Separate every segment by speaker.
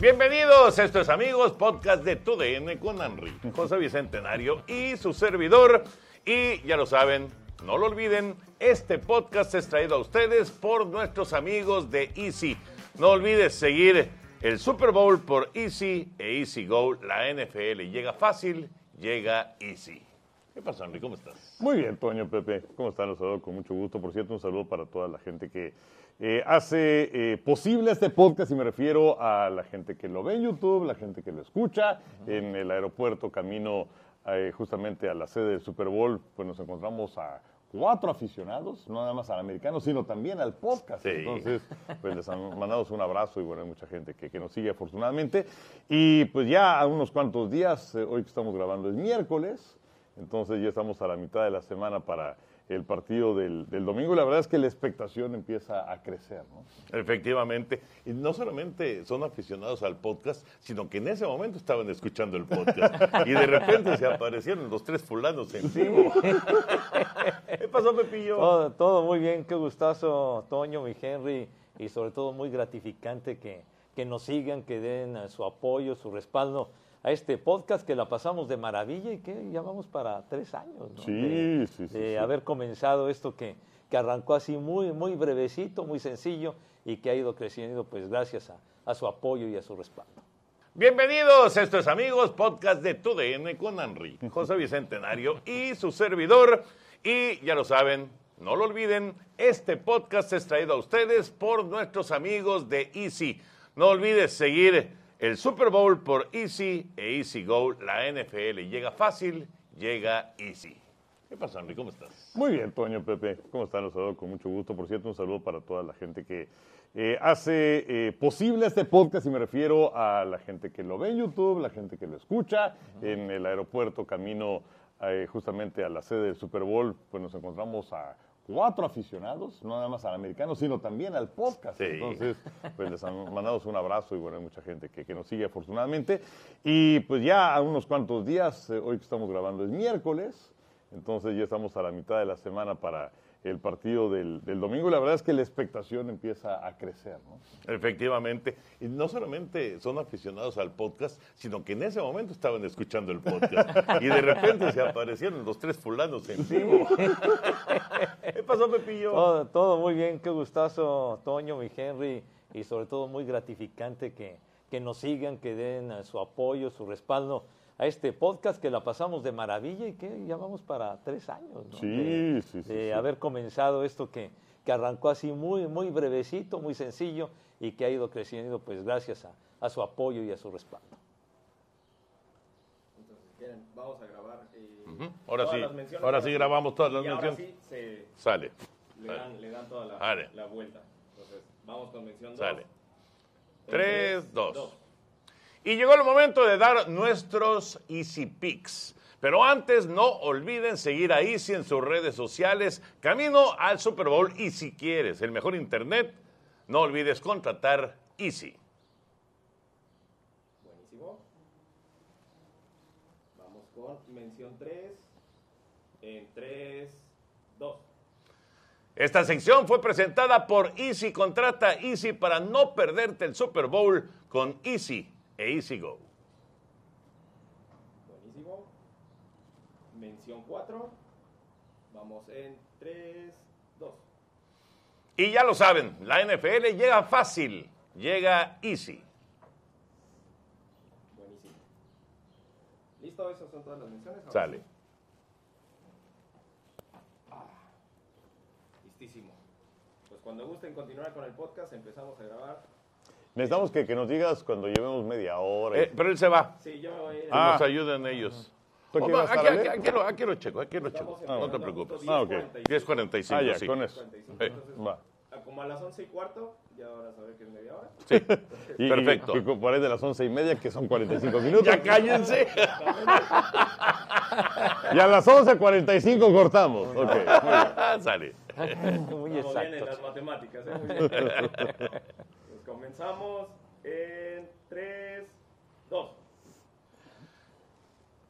Speaker 1: Bienvenidos, esto es amigos, podcast de TUDN con Henry, José Bicentenario y su servidor. Y ya lo saben, no lo olviden, este podcast es traído a ustedes por nuestros amigos de Easy. No olvides seguir el Super Bowl por Easy e Easy Go. La NFL llega fácil, llega Easy. ¿Qué pasa, Henry? ¿Cómo estás?
Speaker 2: Muy bien, Toño, Pepe. ¿Cómo están? Los saludo con mucho gusto. Por cierto, un saludo para toda la gente que eh, hace eh, posible este podcast y me refiero a la gente que lo ve en YouTube, la gente que lo escucha en el aeropuerto camino eh, justamente a la sede del Super Bowl. Pues nos encontramos a cuatro aficionados, no nada más al americano, sino también al podcast.
Speaker 1: Sí.
Speaker 2: Entonces, pues les han- mandamos un abrazo y bueno, hay mucha gente que, que nos sigue afortunadamente. Y pues ya a unos cuantos días, eh, hoy que estamos grabando es miércoles, entonces ya estamos a la mitad de la semana para el partido del, del domingo. La verdad es que la expectación empieza a crecer, ¿no?
Speaker 1: Efectivamente, y no solamente son aficionados al podcast, sino que en ese momento estaban escuchando el podcast y de repente se aparecieron los tres fulanos en vivo. ¿Qué pasó, Pepillo?
Speaker 3: Todo, todo muy bien, qué gustazo, Toño, mi Henry, y sobre todo muy gratificante que, que nos sigan, que den eh, su apoyo, su respaldo a este podcast que la pasamos de maravilla y que ya vamos para tres años, ¿no?
Speaker 2: Sí,
Speaker 3: de,
Speaker 2: sí, sí,
Speaker 3: de
Speaker 2: sí.
Speaker 3: haber comenzado esto que, que arrancó así muy, muy brevecito, muy sencillo y que ha ido creciendo, pues gracias a, a su apoyo y a su respaldo.
Speaker 1: Bienvenidos, esto es Amigos, podcast de TUDN con Henry, José Bicentenario y su servidor. Y ya lo saben, no lo olviden, este podcast es traído a ustedes por nuestros amigos de Easy. No olvides seguir el Super Bowl por Easy e Easy Go. La NFL llega fácil, llega Easy. ¿Qué pasa, Henry? ¿Cómo estás?
Speaker 2: Muy bien, Toño, Pepe. ¿Cómo están? Los saludo con mucho gusto. Por cierto, un saludo para toda la gente que eh, hace eh, posible este podcast y me refiero a la gente que lo ve en YouTube, la gente que lo escucha en el aeropuerto camino eh, justamente a la sede del Super Bowl. Pues nos encontramos a cuatro aficionados, no nada más al americano, sino también al podcast.
Speaker 1: Sí.
Speaker 2: Entonces, pues les han- mandamos un abrazo y bueno, hay mucha gente que, que nos sigue afortunadamente. Y pues ya a unos cuantos días, eh, hoy que estamos grabando es miércoles, entonces ya estamos a la mitad de la semana para el partido del, del domingo. La verdad es que la expectación empieza a crecer, ¿no?
Speaker 1: Efectivamente, y no solamente son aficionados al podcast, sino que en ese momento estaban escuchando el podcast y de repente se aparecieron los tres fulanos en vivo. ¿Qué pasó, Pepillo?
Speaker 3: Todo, todo muy bien, qué gustazo, Toño, mi Henry, y sobre todo muy gratificante que, que nos sigan, que den eh, su apoyo, su respaldo a este podcast que la pasamos de maravilla y que ya vamos para tres años, ¿no?
Speaker 2: Sí,
Speaker 3: de,
Speaker 2: sí, sí,
Speaker 3: de
Speaker 2: sí.
Speaker 3: haber comenzado esto que, que arrancó así muy, muy brevecito, muy sencillo y que ha ido creciendo, pues gracias a, a su apoyo y a su respaldo.
Speaker 4: Quieren, vamos a grabar. eh,
Speaker 1: Ahora
Speaker 4: todas
Speaker 1: sí,
Speaker 4: las menciones,
Speaker 1: ahora sí grabamos todas las
Speaker 4: y ahora
Speaker 1: menciones.
Speaker 4: sí se,
Speaker 1: Sale,
Speaker 4: le, dan, le dan toda
Speaker 1: Sale.
Speaker 4: la, la vuelta. Entonces, vamos con mención 2.
Speaker 1: sale. Tres, dos. Y llegó el momento de dar nuestros Easy Picks. Pero antes no olviden seguir a Easy en sus redes sociales, camino al Super Bowl y si quieres el mejor internet, no olvides contratar Easy.
Speaker 4: Buenísimo. Vamos con mención 3. En 3, 2.
Speaker 1: Esta sección fue presentada por Easy. Contrata Easy para no perderte el Super Bowl con Easy e Easy Go.
Speaker 4: Buenísimo. Mención 4. Vamos en 3, 2.
Speaker 1: Y ya lo saben, la NFL llega fácil, llega Easy.
Speaker 4: Buenísimo. Listo, esas son todas las menciones. ahora
Speaker 1: Sale.
Speaker 4: Listísimo. Pues cuando gusten continuar con el podcast, empezamos a grabar.
Speaker 2: Necesitamos que, que nos digas cuando llevemos media hora. y-
Speaker 1: Eh, pero él se va.
Speaker 4: Sí, yo me voy a ir.
Speaker 1: Que nos ayuden ellos.
Speaker 2: ¿Tú aquí
Speaker 1: Oh, va,
Speaker 2: vas a
Speaker 1: aquí,
Speaker 2: darle?
Speaker 1: aquí- aquí lo, aquí lo checo, aquí lo checo.
Speaker 4: Estamos
Speaker 1: No te
Speaker 4: empezando
Speaker 1: preocupes.
Speaker 4: justo
Speaker 2: Ah, ok.
Speaker 4: 10:45.
Speaker 1: 10.45,
Speaker 2: ah, ya,
Speaker 1: sí.
Speaker 2: con eso.
Speaker 1: Eh,
Speaker 4: Entonces,
Speaker 2: Va.
Speaker 4: como a las 11 y cuarto, ya ahora sabré que es media hora.
Speaker 1: Sí,
Speaker 2: Y-
Speaker 1: perfecto.
Speaker 2: Y, y por ahí de las once y media, que son 45 minutos.
Speaker 1: Ya cállense.
Speaker 2: Y a las 11.45 cortamos. Ok, muy bien.
Speaker 1: Sale.
Speaker 3: Muy
Speaker 4: Como bien en las
Speaker 3: exacto.
Speaker 4: matemáticas. ¿eh? Muy bien. Pues comenzamos en 3, 2.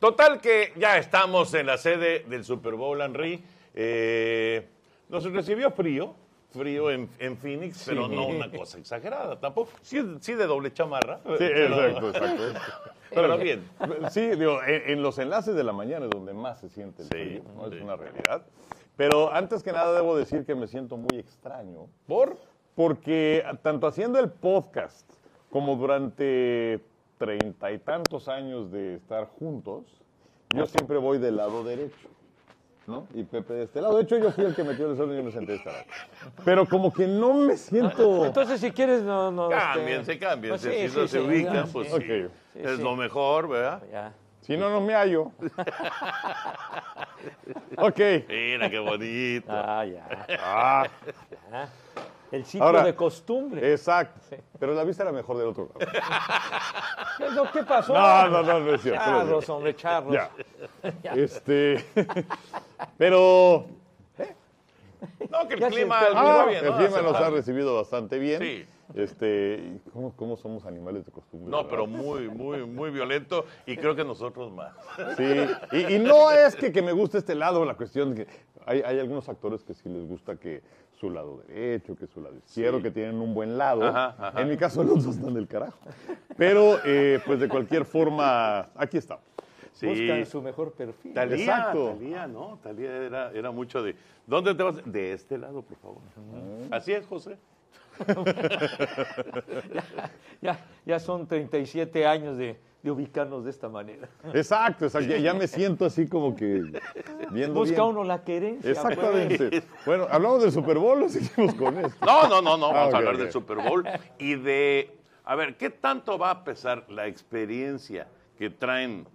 Speaker 1: Total que ya estamos en la sede del Super Bowl, Henry. Eh, nos recibió frío, frío en, en Phoenix, pero no una cosa exagerada tampoco. Sí, sí de doble chamarra.
Speaker 2: Sí,
Speaker 1: pero-
Speaker 2: exacto, exacto.
Speaker 1: Pero bien.
Speaker 2: Sí, digo, en, en los enlaces de la mañana es donde más se siente el
Speaker 1: Sí,
Speaker 2: frío, ¿no?
Speaker 1: sí.
Speaker 2: es una realidad. Pero antes que nada debo decir que me siento muy extraño. ¿Por? Porque tanto haciendo el podcast como durante treinta y tantos años de estar juntos, yo siempre voy del lado derecho. ¿no? Y Pepe de este lado. De hecho, yo fui el que metió el sol y yo me senté de este lado. Pero como que no me siento...
Speaker 3: Entonces, si quieres, no. no este-
Speaker 1: Cámbiense, cámbiense.
Speaker 3: Pues sí,
Speaker 1: si
Speaker 3: sí,
Speaker 1: no se
Speaker 3: sí,
Speaker 1: ubican,
Speaker 3: ya,
Speaker 1: pues
Speaker 3: sí.
Speaker 1: sí.
Speaker 2: Ok.
Speaker 3: Sí,
Speaker 1: Es
Speaker 3: sí.
Speaker 1: lo mejor, ¿verdad?
Speaker 3: Ya.
Speaker 2: Si no, no me hallo. ok.
Speaker 1: Mira qué bonito.
Speaker 3: Ah, ya.
Speaker 2: Ah,
Speaker 3: ya. El sitio
Speaker 2: Ahora,
Speaker 3: de costumbre.
Speaker 2: exacto. Pero la vista era mejor del otro lado. Ah,
Speaker 3: ¿Qué, no, ¿Qué pasó?
Speaker 1: Ah,
Speaker 2: No, no, no, no es cierto. no es
Speaker 3: Charros,
Speaker 2: cierto.
Speaker 3: hombre, charros.
Speaker 2: Ya. Este. Pero.
Speaker 1: No, que el
Speaker 3: Ya se
Speaker 1: clima
Speaker 3: está-
Speaker 1: nos
Speaker 2: Ah,
Speaker 1: va bien,
Speaker 2: el
Speaker 1: ¿no?
Speaker 2: clima nos ha
Speaker 1: Aceptable.
Speaker 2: recibido bastante bien.
Speaker 1: Sí.
Speaker 2: Este, y ¿cómo, cómo somos animales de costumbre?
Speaker 1: No,
Speaker 2: ¿verdad?
Speaker 1: pero muy, muy, muy violento y creo que nosotros más.
Speaker 2: Sí, y, y no es que, que me guste este lado, la cuestión de que hay, hay algunos actores que sí les gusta que su lado derecho, que su lado izquierdo, que tienen un buen lado.
Speaker 1: Ajá, ajá.
Speaker 2: En mi caso los dos están del carajo. Pero, eh, pues de cualquier forma, aquí estamos.
Speaker 3: Buscan su mejor perfil.
Speaker 1: Talía,
Speaker 2: Exacto.
Speaker 1: Talía, no, Talía era, era mucho de. ¿Dónde te vas? De este lado, por favor. Así es, José.
Speaker 3: Ya, ya son 37 años de, de ubicarnos de esta manera.
Speaker 2: Exacto, exacto. Ya, ya me siento así como que viendo
Speaker 3: Busca
Speaker 2: bien.
Speaker 3: uno la querencia. pues.
Speaker 2: Exactamente. Bueno, hablamos del Super Bowl o seguimos con esto.
Speaker 1: No, no, no, no. Vamos
Speaker 2: Ah, ok,
Speaker 1: a hablar
Speaker 2: ok.
Speaker 1: del Super Bowl y de. A ver, ¿qué tanto va a pesar la experiencia que traen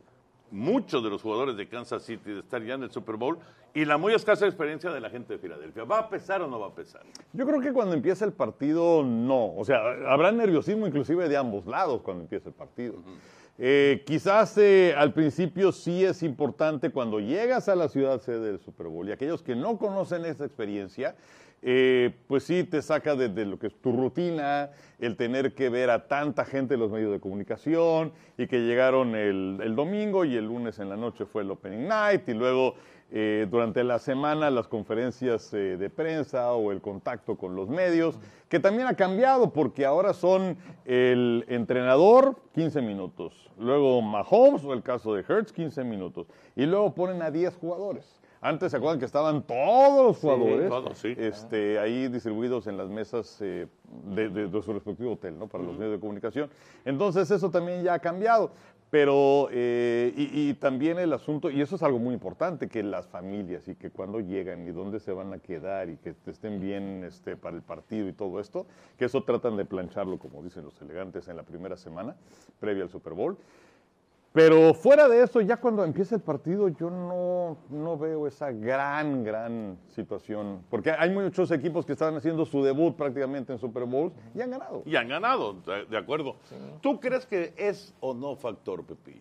Speaker 1: muchos de los jugadores de Kansas City de estar ya en el Super Bowl y la muy escasa experiencia de la gente de Filadelfia? ¿Va a pesar o no va a pesar?
Speaker 2: Yo creo que cuando empieza el partido, no. O sea, habrá nerviosismo inclusive de ambos lados cuando empieza el partido. Eh, quizás eh, al principio sí es importante cuando llegas a la ciudad sede del Super Bowl y aquellos que no conocen esa experiencia, eh, pues sí te saca de, de lo que es tu rutina, el tener que ver a tanta gente en los medios de comunicación y que llegaron el, el domingo y el lunes en la noche fue el Opening Night y luego eh, durante la semana las conferencias eh, de prensa o el contacto con los medios, que también ha cambiado porque ahora son el entrenador 15 minutos, luego Mahomes o el caso de Hertz 15 minutos y luego ponen a 10 jugadores. Antes se acuerdan que estaban todos los jugadores
Speaker 1: todos, sí.
Speaker 2: este, ahí distribuidos en las mesas eh, de, de- de su respectivo hotel, ¿no? Para los medios de comunicación. Entonces, eso también ya ha cambiado. Pero, eh, y, y también el asunto, y eso es algo muy importante, que las familias y que cuando llegan y dónde se van a quedar y que estén bien este, para el partido y todo esto, que eso tratan de plancharlo, como dicen los elegantes, en la primera semana, previa al Super Bowl. Pero fuera de eso, ya cuando empieza el partido, yo no, no veo esa gran, gran situación. Porque hay muchos equipos que estaban haciendo su debut prácticamente en Super Bowl y han ganado.
Speaker 1: Y han ganado, de de acuerdo. ¿Tú crees que es o no factor, Pepillo?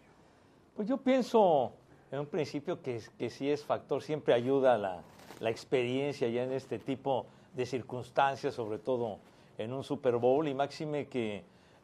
Speaker 3: Pues yo pienso en un principio que, es- que sí es factor, siempre ayuda la, la experiencia ya en este tipo de circunstancias, sobre todo en un Super Bowl y máxime que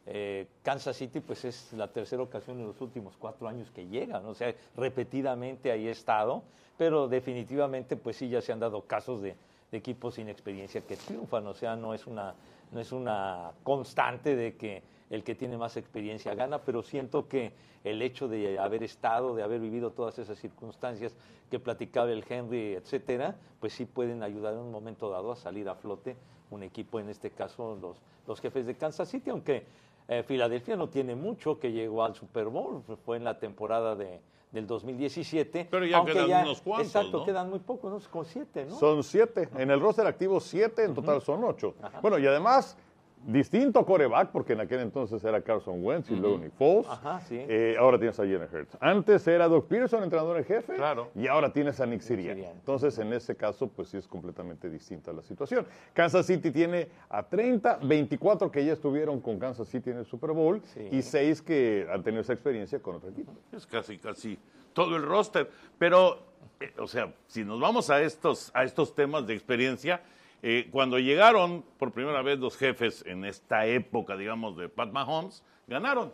Speaker 3: eh, Kansas City pues es la tercera ocasión en los últimos cuatro años que llegan, o sea, repetidamente ahí ha estado, pero definitivamente pues sí ya se han dado casos de, de equipos sin experiencia que triunfan, o sea, no es una, no es una constante de que el que tiene más experiencia gana, pero siento que el hecho de haber estado, de haber vivido todas esas circunstancias que platicaba el Henry, etcétera, pues sí pueden ayudar en un momento dado a salir a flote un equipo, en este caso los, los jefes de Kansas City, aunque eh, Filadelfia no tiene mucho que llegó al Super Bowl, fue en la temporada de, del 2017.
Speaker 1: Pero ya
Speaker 3: aunque
Speaker 1: quedan unos cuantos,
Speaker 3: Exacto,
Speaker 1: ¿no?
Speaker 3: quedan muy pocos, ¿no? Con siete, ¿no?
Speaker 2: Son siete. En el roster activo, siete. En total son ocho. Bueno, y además, distinto coreback, porque en aquel entonces era Carson Wentz y luego Nick Foles.
Speaker 3: Ajá, sí.
Speaker 2: Eh, ahora tienes a Jalen Hurts. Antes era Doug Peterson, entrenador en jefe,
Speaker 1: Claro.
Speaker 2: y ahora tienes a Nick Sirianni.
Speaker 3: Sirianni.
Speaker 2: Entonces, en ese caso, pues sí es completamente distinta la situación. Kansas City tiene a 30, 24 que ya estuvieron con Kansas City en el Super Bowl
Speaker 3: Sí.
Speaker 2: y 6 que han tenido esa experiencia con otro equipo.
Speaker 1: Es casi, casi todo el roster. Pero, eh, o sea, si nos vamos a estos, a estos temas de experiencia, eh, cuando llegaron por primera vez los jefes en esta época, digamos, de Pat Mahomes, ganaron.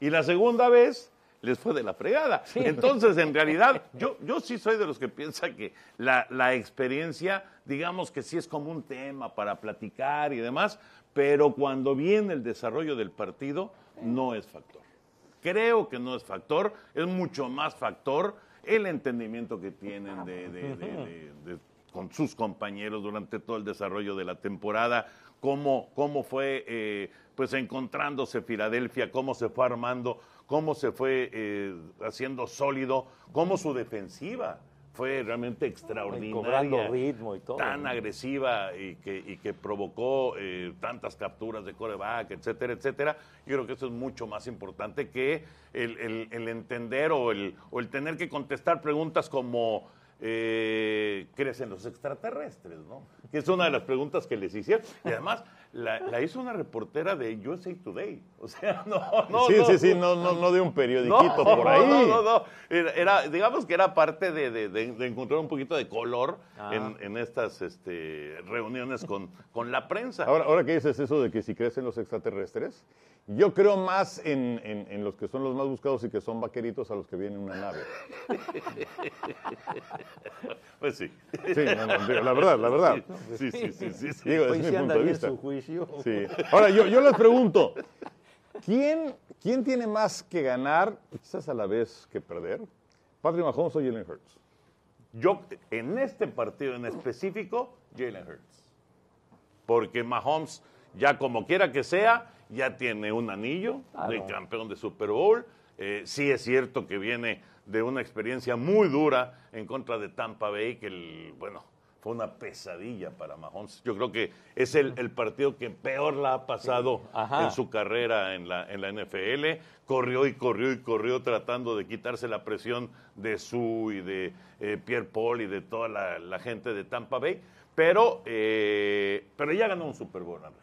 Speaker 1: Y la segunda vez les fue de la fregada. Entonces, en realidad, yo, yo sí soy de los que piensa que la, la experiencia, digamos que sí es como un tema para platicar y demás, pero cuando viene el desarrollo del partido, no es factor. Creo que no es factor, es mucho más factor el entendimiento que tienen de- de- de- de- de- con sus compañeros durante todo el desarrollo de la temporada, cómo, cómo fue eh, pues encontrándose Filadelfia, cómo se fue armando, cómo se fue eh, haciendo sólido, cómo su defensiva fue realmente extraordinaria
Speaker 3: cobrando ritmo y todo,
Speaker 1: tan
Speaker 3: ¿no?
Speaker 1: agresiva y que, y que provocó eh, tantas capturas de coreback, etcétera, etcétera, yo creo que eso es mucho más importante que el, el- el entender o el, o el tener que contestar preguntas como eh, ¿crecen los extraterrestres? ¿no? Que es una de las preguntas que les hicieron. Y además la, la hizo una reportera de USA Today. O sea, no, no.
Speaker 2: sí,
Speaker 1: no,
Speaker 2: sí, sí, no, no, no de un periodiquito por ahí.
Speaker 1: no, no, no. Era, era- digamos que era parte de, de- de- de encontrar un poquito de color en, en estas este, reuniones con, con la prensa.
Speaker 2: Ahora, ahora que dices eso de que si crecen los extraterrestres, yo creo más en, en- en los que son los más buscados y que son vaqueritos a los que vienen en una nave.
Speaker 1: pues sí.
Speaker 2: Sí, no, no, digo, la verdad, la verdad.
Speaker 1: Sí, sí, sí, sí, sí.
Speaker 2: Digo,
Speaker 3: Hoy
Speaker 2: es
Speaker 3: sí
Speaker 2: mi
Speaker 3: anda
Speaker 2: punto de
Speaker 3: bien
Speaker 2: vista.
Speaker 3: su juicio.
Speaker 2: Sí. Ahora, yo, yo les pregunto, ¿quién, ¿quién tiene más que ganar, quizás a la vez que perder? ¿Patrick Mahomes o Jalen Hurts?
Speaker 1: Yo, en este partido en específico, Jalen Hurts. Porque Mahomes, ya como quiera que sea, ya tiene un anillo de campeón de Super Bowl. Eh, sí es cierto que viene de una experiencia muy dura en contra de Tampa Bay, que el- bueno, fue una pesadilla para Mahomes. Yo creo que es el, el partido que peor la ha pasado
Speaker 3: Ajá.
Speaker 1: en su carrera en la, en la NFL. Corrió y corrió y corrió tratando de quitarse la presión de Su y de eh, Pierre Paul y de toda la, la gente de Tampa Bay. Pero, eh, pero ya ganó un Super Bowl, Andrés.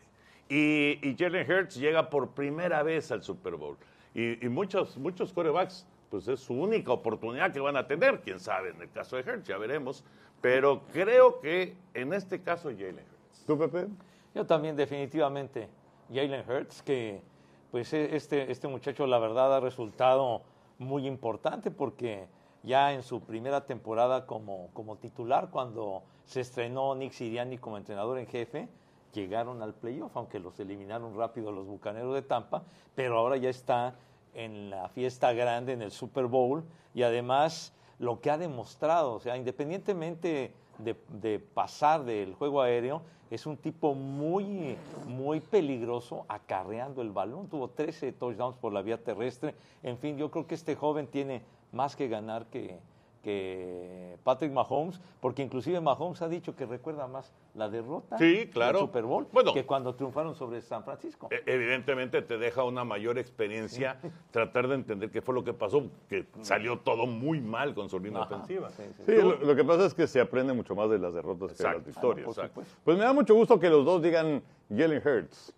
Speaker 1: Y, y Jalen Hurts llega por primera vez al Super Bowl. Y, y muchos, muchos corebacks, pues es su única oportunidad que van a tener. Quién sabe, en el caso de Hurts, ya veremos. Pero creo que en este caso Jalen Hurts.
Speaker 2: ¿Tú, Pepe?
Speaker 3: Yo también definitivamente. Jalen Hurts, que pues e- este, este muchacho la verdad ha resultado muy importante porque ya en su primera temporada como, como titular, cuando se estrenó Nick Sirianni como entrenador en jefe, llegaron al playoff, aunque los eliminaron rápido los Bucaneros de Tampa, pero ahora ya está en la fiesta grande, en el Super Bowl, y además lo que ha demostrado, o sea, independientemente de, de pasar del juego aéreo, es un tipo muy, muy peligroso acarreando el balón. Tuvo 13 touchdowns por la vía terrestre. En fin, yo creo que este joven tiene más que ganar que, que Patrick Mahomes, porque inclusive Mahomes ha dicho que recuerda más la derrota
Speaker 1: Sí,
Speaker 3: del
Speaker 1: claro.
Speaker 3: Super Bowl
Speaker 1: Bueno.
Speaker 3: que cuando triunfaron sobre San Francisco.
Speaker 1: E- Evidentemente te deja una mayor experiencia tratar de entender qué fue lo que pasó, que salió todo muy mal con su línea
Speaker 3: Ajá.
Speaker 1: ofensiva.
Speaker 3: Sí, sí.
Speaker 2: Sí, lo, lo que pasa es que se aprende mucho más de las derrotas que de las
Speaker 1: Exacto.
Speaker 2: victorias.
Speaker 1: Por
Speaker 2: Exacto.
Speaker 1: supuesto.
Speaker 2: Pues me da mucho gusto que los dos digan Jalen Hurts,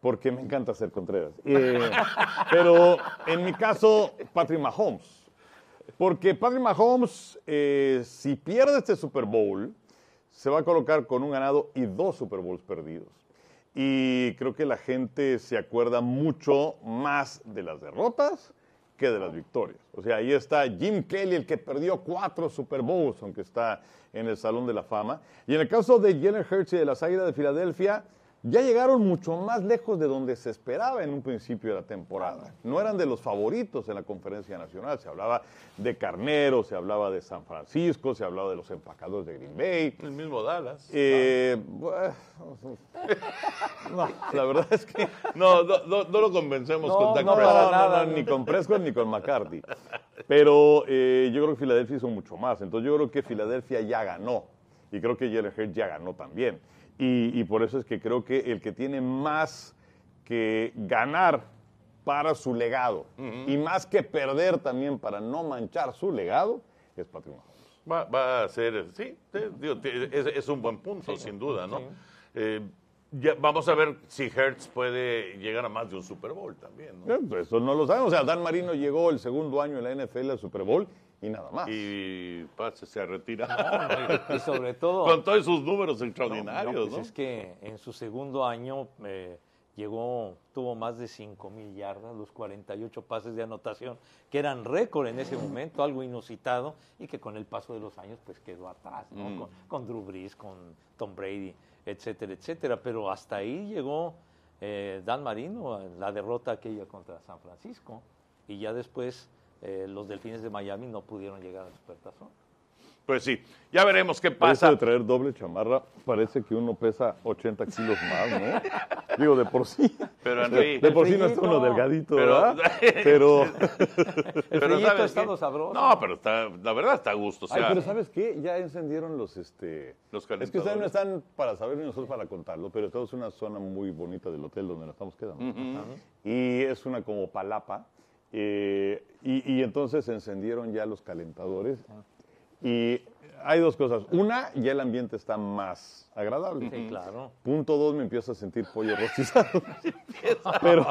Speaker 2: porque me encanta ser Contreras. Eh, pero en mi caso, Patrick Mahomes. Porque Patrick Mahomes, eh, si pierde este Super Bowl, se va a colocar con un ganado y dos Super Bowls perdidos. Y creo que la gente se acuerda mucho más de las derrotas que de las victorias. O sea, ahí está Jim Kelly, el que perdió cuatro Super Bowls, aunque está en el Salón de la Fama. Y en el caso de Jalen Hurts y de las Águilas de Filadelfia, ya llegaron mucho más lejos de donde se esperaba en un principio de la temporada. No eran de los favoritos en la conferencia nacional. Se hablaba de Carnero, se hablaba de San Francisco, se hablaba de los empacadores de Green Bay.
Speaker 1: El mismo Dallas.
Speaker 2: Eh, bueno, no, la verdad es que
Speaker 1: No, no, no- no lo convencemos
Speaker 3: No,
Speaker 1: con Dak
Speaker 3: no,
Speaker 1: Prescott.
Speaker 3: para nada.
Speaker 2: ni con Prescott ni con McCarthy. Pero eh, yo creo que Filadelfia hizo mucho más. Entonces yo creo que Filadelfia ya ganó. Y creo que Jalen Hurts ya ganó también. Y, y por eso es que creo que el que tiene más que ganar para su legado y más que perder también para no manchar su legado es Patrick Mahomes.
Speaker 1: Va, va a ser, sí, te- digo, te- es, es un buen punto, sin duda, ¿no? Eh, ya vamos a ver si Hertz puede llegar a más de un Super Bowl también, ¿no?
Speaker 2: Eh, pues Eso no lo sabemos. O sea, Dan Marino llegó el segundo año en la NFL al Super Bowl y nada más.
Speaker 1: Y pase se retira.
Speaker 3: Y sobre todo.
Speaker 1: Con todos sus números
Speaker 3: No, no,
Speaker 1: extraordinarios, ¿no?
Speaker 3: pues Es que en su segundo año eh, llegó, tuvo más de 5 mil yardas, los 48 pases de anotación, que eran récord en ese momento, algo inusitado, y que con el paso de los años pues quedó atrás, ¿no?
Speaker 1: Mm.
Speaker 3: Con, con Drew Brees, con Tom Brady, etcétera, etcétera. Pero hasta ahí llegó eh, Dan Marino, eh, la derrota aquella contra San Francisco, y ya después eh, los Delfines de Miami no pudieron llegar al Supertazón.
Speaker 1: Pues sí, ya veremos qué
Speaker 2: Por eso
Speaker 1: pasa.
Speaker 2: de traer doble chamarra, parece que uno pesa 80 kilos más, ¿no? Digo, de por sí.
Speaker 1: Pero,
Speaker 2: O sea,
Speaker 1: Henry,
Speaker 2: de por sí no
Speaker 3: Enriquito.
Speaker 2: está uno delgadito,
Speaker 1: Pero-
Speaker 2: ¿verdad? Pero,
Speaker 3: El
Speaker 1: Pero
Speaker 3: frillito
Speaker 1: ¿sabes
Speaker 3: ha estado
Speaker 1: qué?
Speaker 3: sabroso.
Speaker 1: No, pero está, la verdad está a gusto. O
Speaker 2: Ay,
Speaker 1: sea,
Speaker 2: pero ¿sabes qué? Ya encendieron los, este...
Speaker 1: Los
Speaker 2: Es que ustedes no
Speaker 1: calentadores.
Speaker 2: están para saber ni nosotros para contarlo, pero estamos en una zona muy bonita del hotel donde nos estamos quedando. Y es una como palapa. eh, y, y entonces encendieron ya los calentadores. Y hay dos cosas. Una, ya el ambiente está más agradable.
Speaker 3: Sí, claro.
Speaker 2: Punto dos, me empiezo a sentir pollo rostizado. pero,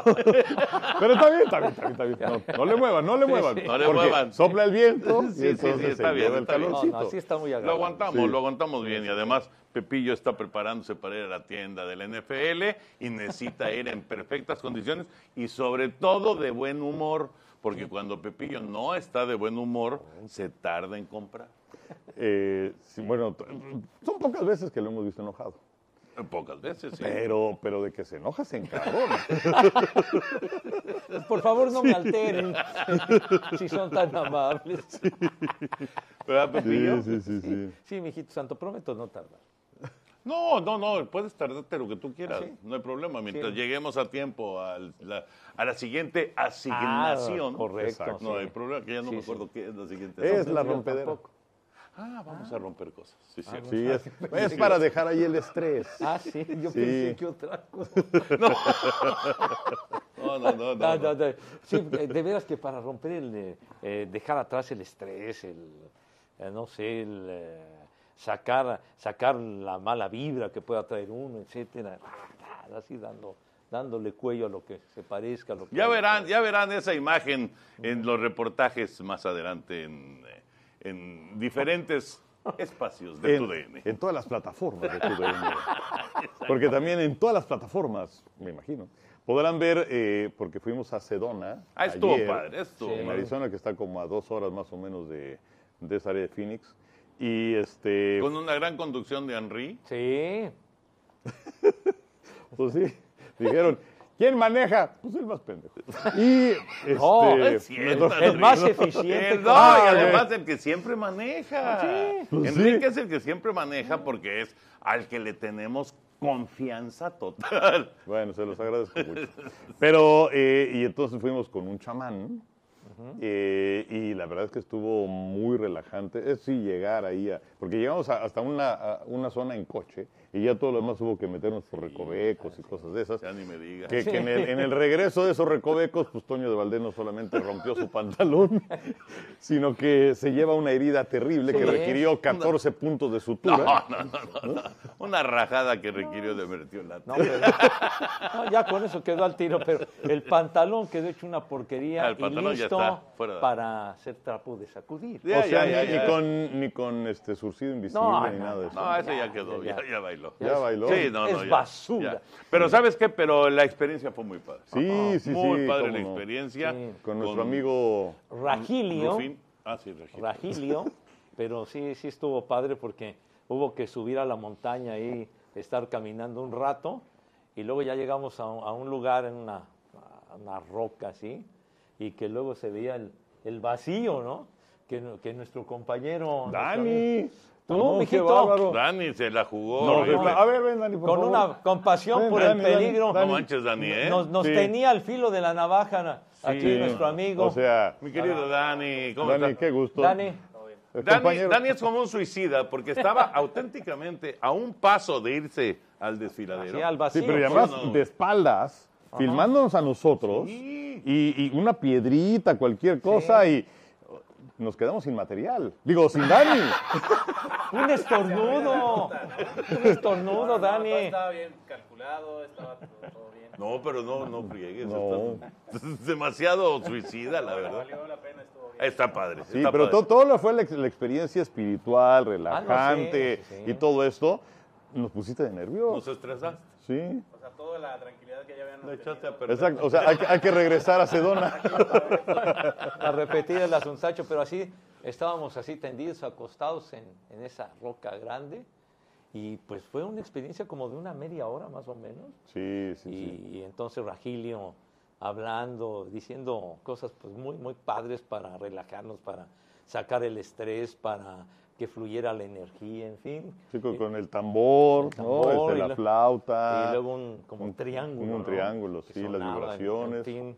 Speaker 2: pero está bien, está bien, está bien. está bien. No, no le muevan, no le muevan.
Speaker 1: No le
Speaker 2: porque
Speaker 1: muevan.
Speaker 2: Sopla el viento.
Speaker 1: Sí,
Speaker 2: y
Speaker 1: sí, sí,
Speaker 2: entonces
Speaker 1: está
Speaker 2: se
Speaker 1: bien,
Speaker 2: lleva el
Speaker 1: está bien.
Speaker 3: No,
Speaker 2: calorcito.
Speaker 3: no, así está muy
Speaker 1: Lo
Speaker 3: agradable.
Speaker 1: aguantamos,
Speaker 2: Sí.
Speaker 1: lo aguantamos bien. Y además, Pepillo está preparándose para ir a la tienda del NFL y necesita ir en perfectas condiciones y sobre todo de buen humor, porque cuando Pepillo no está de buen humor, se tarda en comprar.
Speaker 2: Eh, sí, bueno, t- son pocas veces que lo hemos visto enojado.
Speaker 1: Pocas veces, sí.
Speaker 2: Pero, pero de que se enoja, se encabrona.
Speaker 3: Por favor, no me alteren. si son tan amables. Sí,
Speaker 1: ¿Verdad, Pepillo?
Speaker 2: sí, sí, sí.
Speaker 3: mijito santo, prometo no tardar.
Speaker 1: No, no, no, puedes tardarte lo que tú quieras,
Speaker 3: ¿Ah, sí?
Speaker 1: no hay problema. Mientras
Speaker 3: Sí.
Speaker 1: lleguemos a tiempo al- la- a la siguiente asignación.
Speaker 3: Ah, correcto,
Speaker 1: Exacto. No
Speaker 3: sí.
Speaker 1: hay problema, que ya no
Speaker 3: Sí,
Speaker 1: me
Speaker 3: sí.
Speaker 1: acuerdo qué es la siguiente.
Speaker 2: Es la rompedera.
Speaker 3: tampoco.
Speaker 1: Ah, vamos a romper cosas. Sí, cierto.
Speaker 2: Sí, es, es para dejar ahí el estrés.
Speaker 3: Ah, sí, yo
Speaker 2: Sí.
Speaker 3: pensé que otra cosa.
Speaker 1: No, no, no,
Speaker 3: No,
Speaker 1: no,
Speaker 3: no,
Speaker 1: no.
Speaker 3: no. Sí, eh, de veras que para romper el. eh, eh, dejar atrás el estrés, el. eh, no sé, el. eh, sacar, sacar la mala vibra que pueda traer uno, etcétera. Ah, ah, Así dando, dándole cuello a lo que se parezca. a lo que
Speaker 1: Ya
Speaker 3: haya.
Speaker 1: verán, ya verán esa imagen en los reportajes más adelante en, eh, en diferentes espacios de tu
Speaker 2: En,
Speaker 1: DN.
Speaker 2: en todas las plataformas de TUDN. Porque también en todas las plataformas, me imagino, podrán ver, eh, porque fuimos a Sedona.
Speaker 1: Ah, estuvo
Speaker 2: ayer,
Speaker 1: padre, estuvo
Speaker 2: En
Speaker 1: padre.
Speaker 2: Arizona, que está como a dos horas más o menos de, de esa área de Phoenix. Y este.
Speaker 1: Con una gran conducción de Henry.
Speaker 3: Sí,
Speaker 2: Pues sí, dijeron, ¿quién maneja? Pues el más pendejo. Y este,
Speaker 3: No,
Speaker 1: Es cierto,
Speaker 2: me-
Speaker 3: el más
Speaker 1: ¿no?
Speaker 3: eficiente.
Speaker 1: El- Eh, no, y además el que siempre maneja.
Speaker 2: Pues
Speaker 1: Enrique
Speaker 2: sí.
Speaker 1: es el que siempre maneja porque es al que le tenemos confianza total.
Speaker 2: Bueno, se los agradezco mucho. Pero, eh, y entonces fuimos con un chamán. eh, y la verdad es que estuvo muy relajante. Es sí llegar ahí, a- porque llegamos a- hasta una, a una zona en coche y ya todo lo demás hubo que meternos por recovecos y cosas de esas.
Speaker 1: Ya ni me digas.
Speaker 2: Que, que en, el, en el regreso de esos recovecos, pues Toño de Valdés no solamente rompió su pantalón, sino que se lleva una herida terrible que
Speaker 3: Sí.
Speaker 2: requirió 14 puntos de
Speaker 1: No,
Speaker 2: sutura.
Speaker 1: no, no, no, no. Una rajada que requirió de mertiolate.
Speaker 3: No, pero- no, ya con eso quedó al tiro, pero el pantalón quedó hecho una porquería
Speaker 1: Ah, el pantalón
Speaker 3: y
Speaker 1: ya
Speaker 3: listo
Speaker 1: está, fuera de-
Speaker 3: para hacer trapo de sacudir.
Speaker 1: Ya,
Speaker 2: o
Speaker 1: ya,
Speaker 2: sea,
Speaker 1: ya,
Speaker 2: ni,
Speaker 1: ya.
Speaker 2: ni con, ni con este surcido invisible
Speaker 3: No,
Speaker 2: ni
Speaker 3: no,
Speaker 2: nada de eso.
Speaker 1: No, ese ya quedó, ya,
Speaker 3: Ya, ya.
Speaker 1: ya bailó.
Speaker 2: Ya bailó.
Speaker 1: Sí, no, no,
Speaker 3: Es
Speaker 1: ya,
Speaker 3: basura.
Speaker 1: ya. Pero ¿sabes qué? Pero la experiencia fue muy padre. Ah,
Speaker 2: Sí, sí,
Speaker 1: muy
Speaker 2: sí,
Speaker 1: padre
Speaker 2: cómo
Speaker 1: la
Speaker 2: no.
Speaker 1: experiencia.
Speaker 3: Sí.
Speaker 2: Con nuestro amigo.
Speaker 3: Ragilio,
Speaker 1: Rufín. Ah, sí, Regil.
Speaker 3: Ragilio, pero sí, sí estuvo padre porque hubo que subir a la montaña y estar caminando un rato y luego ya llegamos a, un- a un lugar en una, a una roca así y que luego se veía el, el vacío, ¿no? Que, nu- que nuestro compañero... nuestro amigo-
Speaker 2: ¡Dani!
Speaker 3: Tú,
Speaker 2: No, qué
Speaker 3: mijito.
Speaker 2: bárbaro.
Speaker 1: Dani se la jugó. ¿eh?
Speaker 2: No,
Speaker 1: horrible.
Speaker 2: ven, a ver, ven, Dani, por
Speaker 3: con
Speaker 2: favor.
Speaker 3: una compasión
Speaker 2: Ven,
Speaker 3: por
Speaker 2: Dani,
Speaker 3: el
Speaker 2: Dani,
Speaker 3: peligro.
Speaker 1: no manches, Dani, ¿eh?
Speaker 3: Nos, nos
Speaker 2: Sí.
Speaker 3: tenía al filo de la navaja aquí
Speaker 2: Sí.
Speaker 3: nuestro amigo.
Speaker 2: O sea,
Speaker 1: Mi querido Dani, ¿cómo
Speaker 2: Ah, Dani,
Speaker 1: estás?
Speaker 2: qué gusto.
Speaker 3: Dani,
Speaker 2: El
Speaker 1: Dani,
Speaker 2: compañero-
Speaker 1: Dani es como un suicida porque estaba auténticamente a un paso de irse al desfiladero.
Speaker 3: Así, al vacío.
Speaker 2: Sí, pero y
Speaker 3: pues,
Speaker 2: además
Speaker 1: no.
Speaker 2: de espaldas, filmándonos a nosotros
Speaker 1: Sí.
Speaker 2: y, y una piedrita, cualquier cosa y nos quedamos sin material. Digo, sin Dani.
Speaker 3: Un estornudo. Un estornudo, Dani.
Speaker 4: todo estaba bien calculado, estaba todo, todo bien.
Speaker 1: No, pero no, no friegues.
Speaker 2: No.
Speaker 1: estás- Es demasiado suicida, la verdad.
Speaker 4: Valió la pena, estuvo bien.
Speaker 1: Está padre.
Speaker 2: Sí,
Speaker 1: está
Speaker 2: pero
Speaker 1: padre.
Speaker 2: to- todo lo fue la, ex- la experiencia espiritual, relajante
Speaker 3: Ah, sí, sí, sí.
Speaker 2: y todo esto. Nos pusiste de nervios.
Speaker 1: Nos estresaste.
Speaker 2: Sí.
Speaker 4: O sea, toda la tranquilidad que ya habían
Speaker 1: Lo echaste a perder.
Speaker 2: Exacto. O sea, hay, que- hay que regresar a Sedona.
Speaker 3: La repetida el asunzacho, pero así estábamos así tendidos, acostados en, en esa roca grande. Y pues fue una experiencia como de una media hora más o menos.
Speaker 2: Sí, sí,
Speaker 3: Y,
Speaker 2: sí.
Speaker 3: y entonces Ragilio hablando, diciendo cosas pues muy, muy padres para relajarnos, para sacar el estrés, para que fluyera la energía, en fin. Eh,
Speaker 2: Sí, con, con el tambor,
Speaker 3: El tambor
Speaker 2: ¿no? Este,
Speaker 3: y
Speaker 2: la
Speaker 3: lo-
Speaker 2: flauta.
Speaker 3: Y luego un, como un
Speaker 2: un-
Speaker 3: triángulo.
Speaker 2: un
Speaker 3: ¿no?
Speaker 2: triángulo,
Speaker 3: Que
Speaker 2: sí, las
Speaker 3: sonaba, en-
Speaker 2: vibraciones.
Speaker 3: en fin.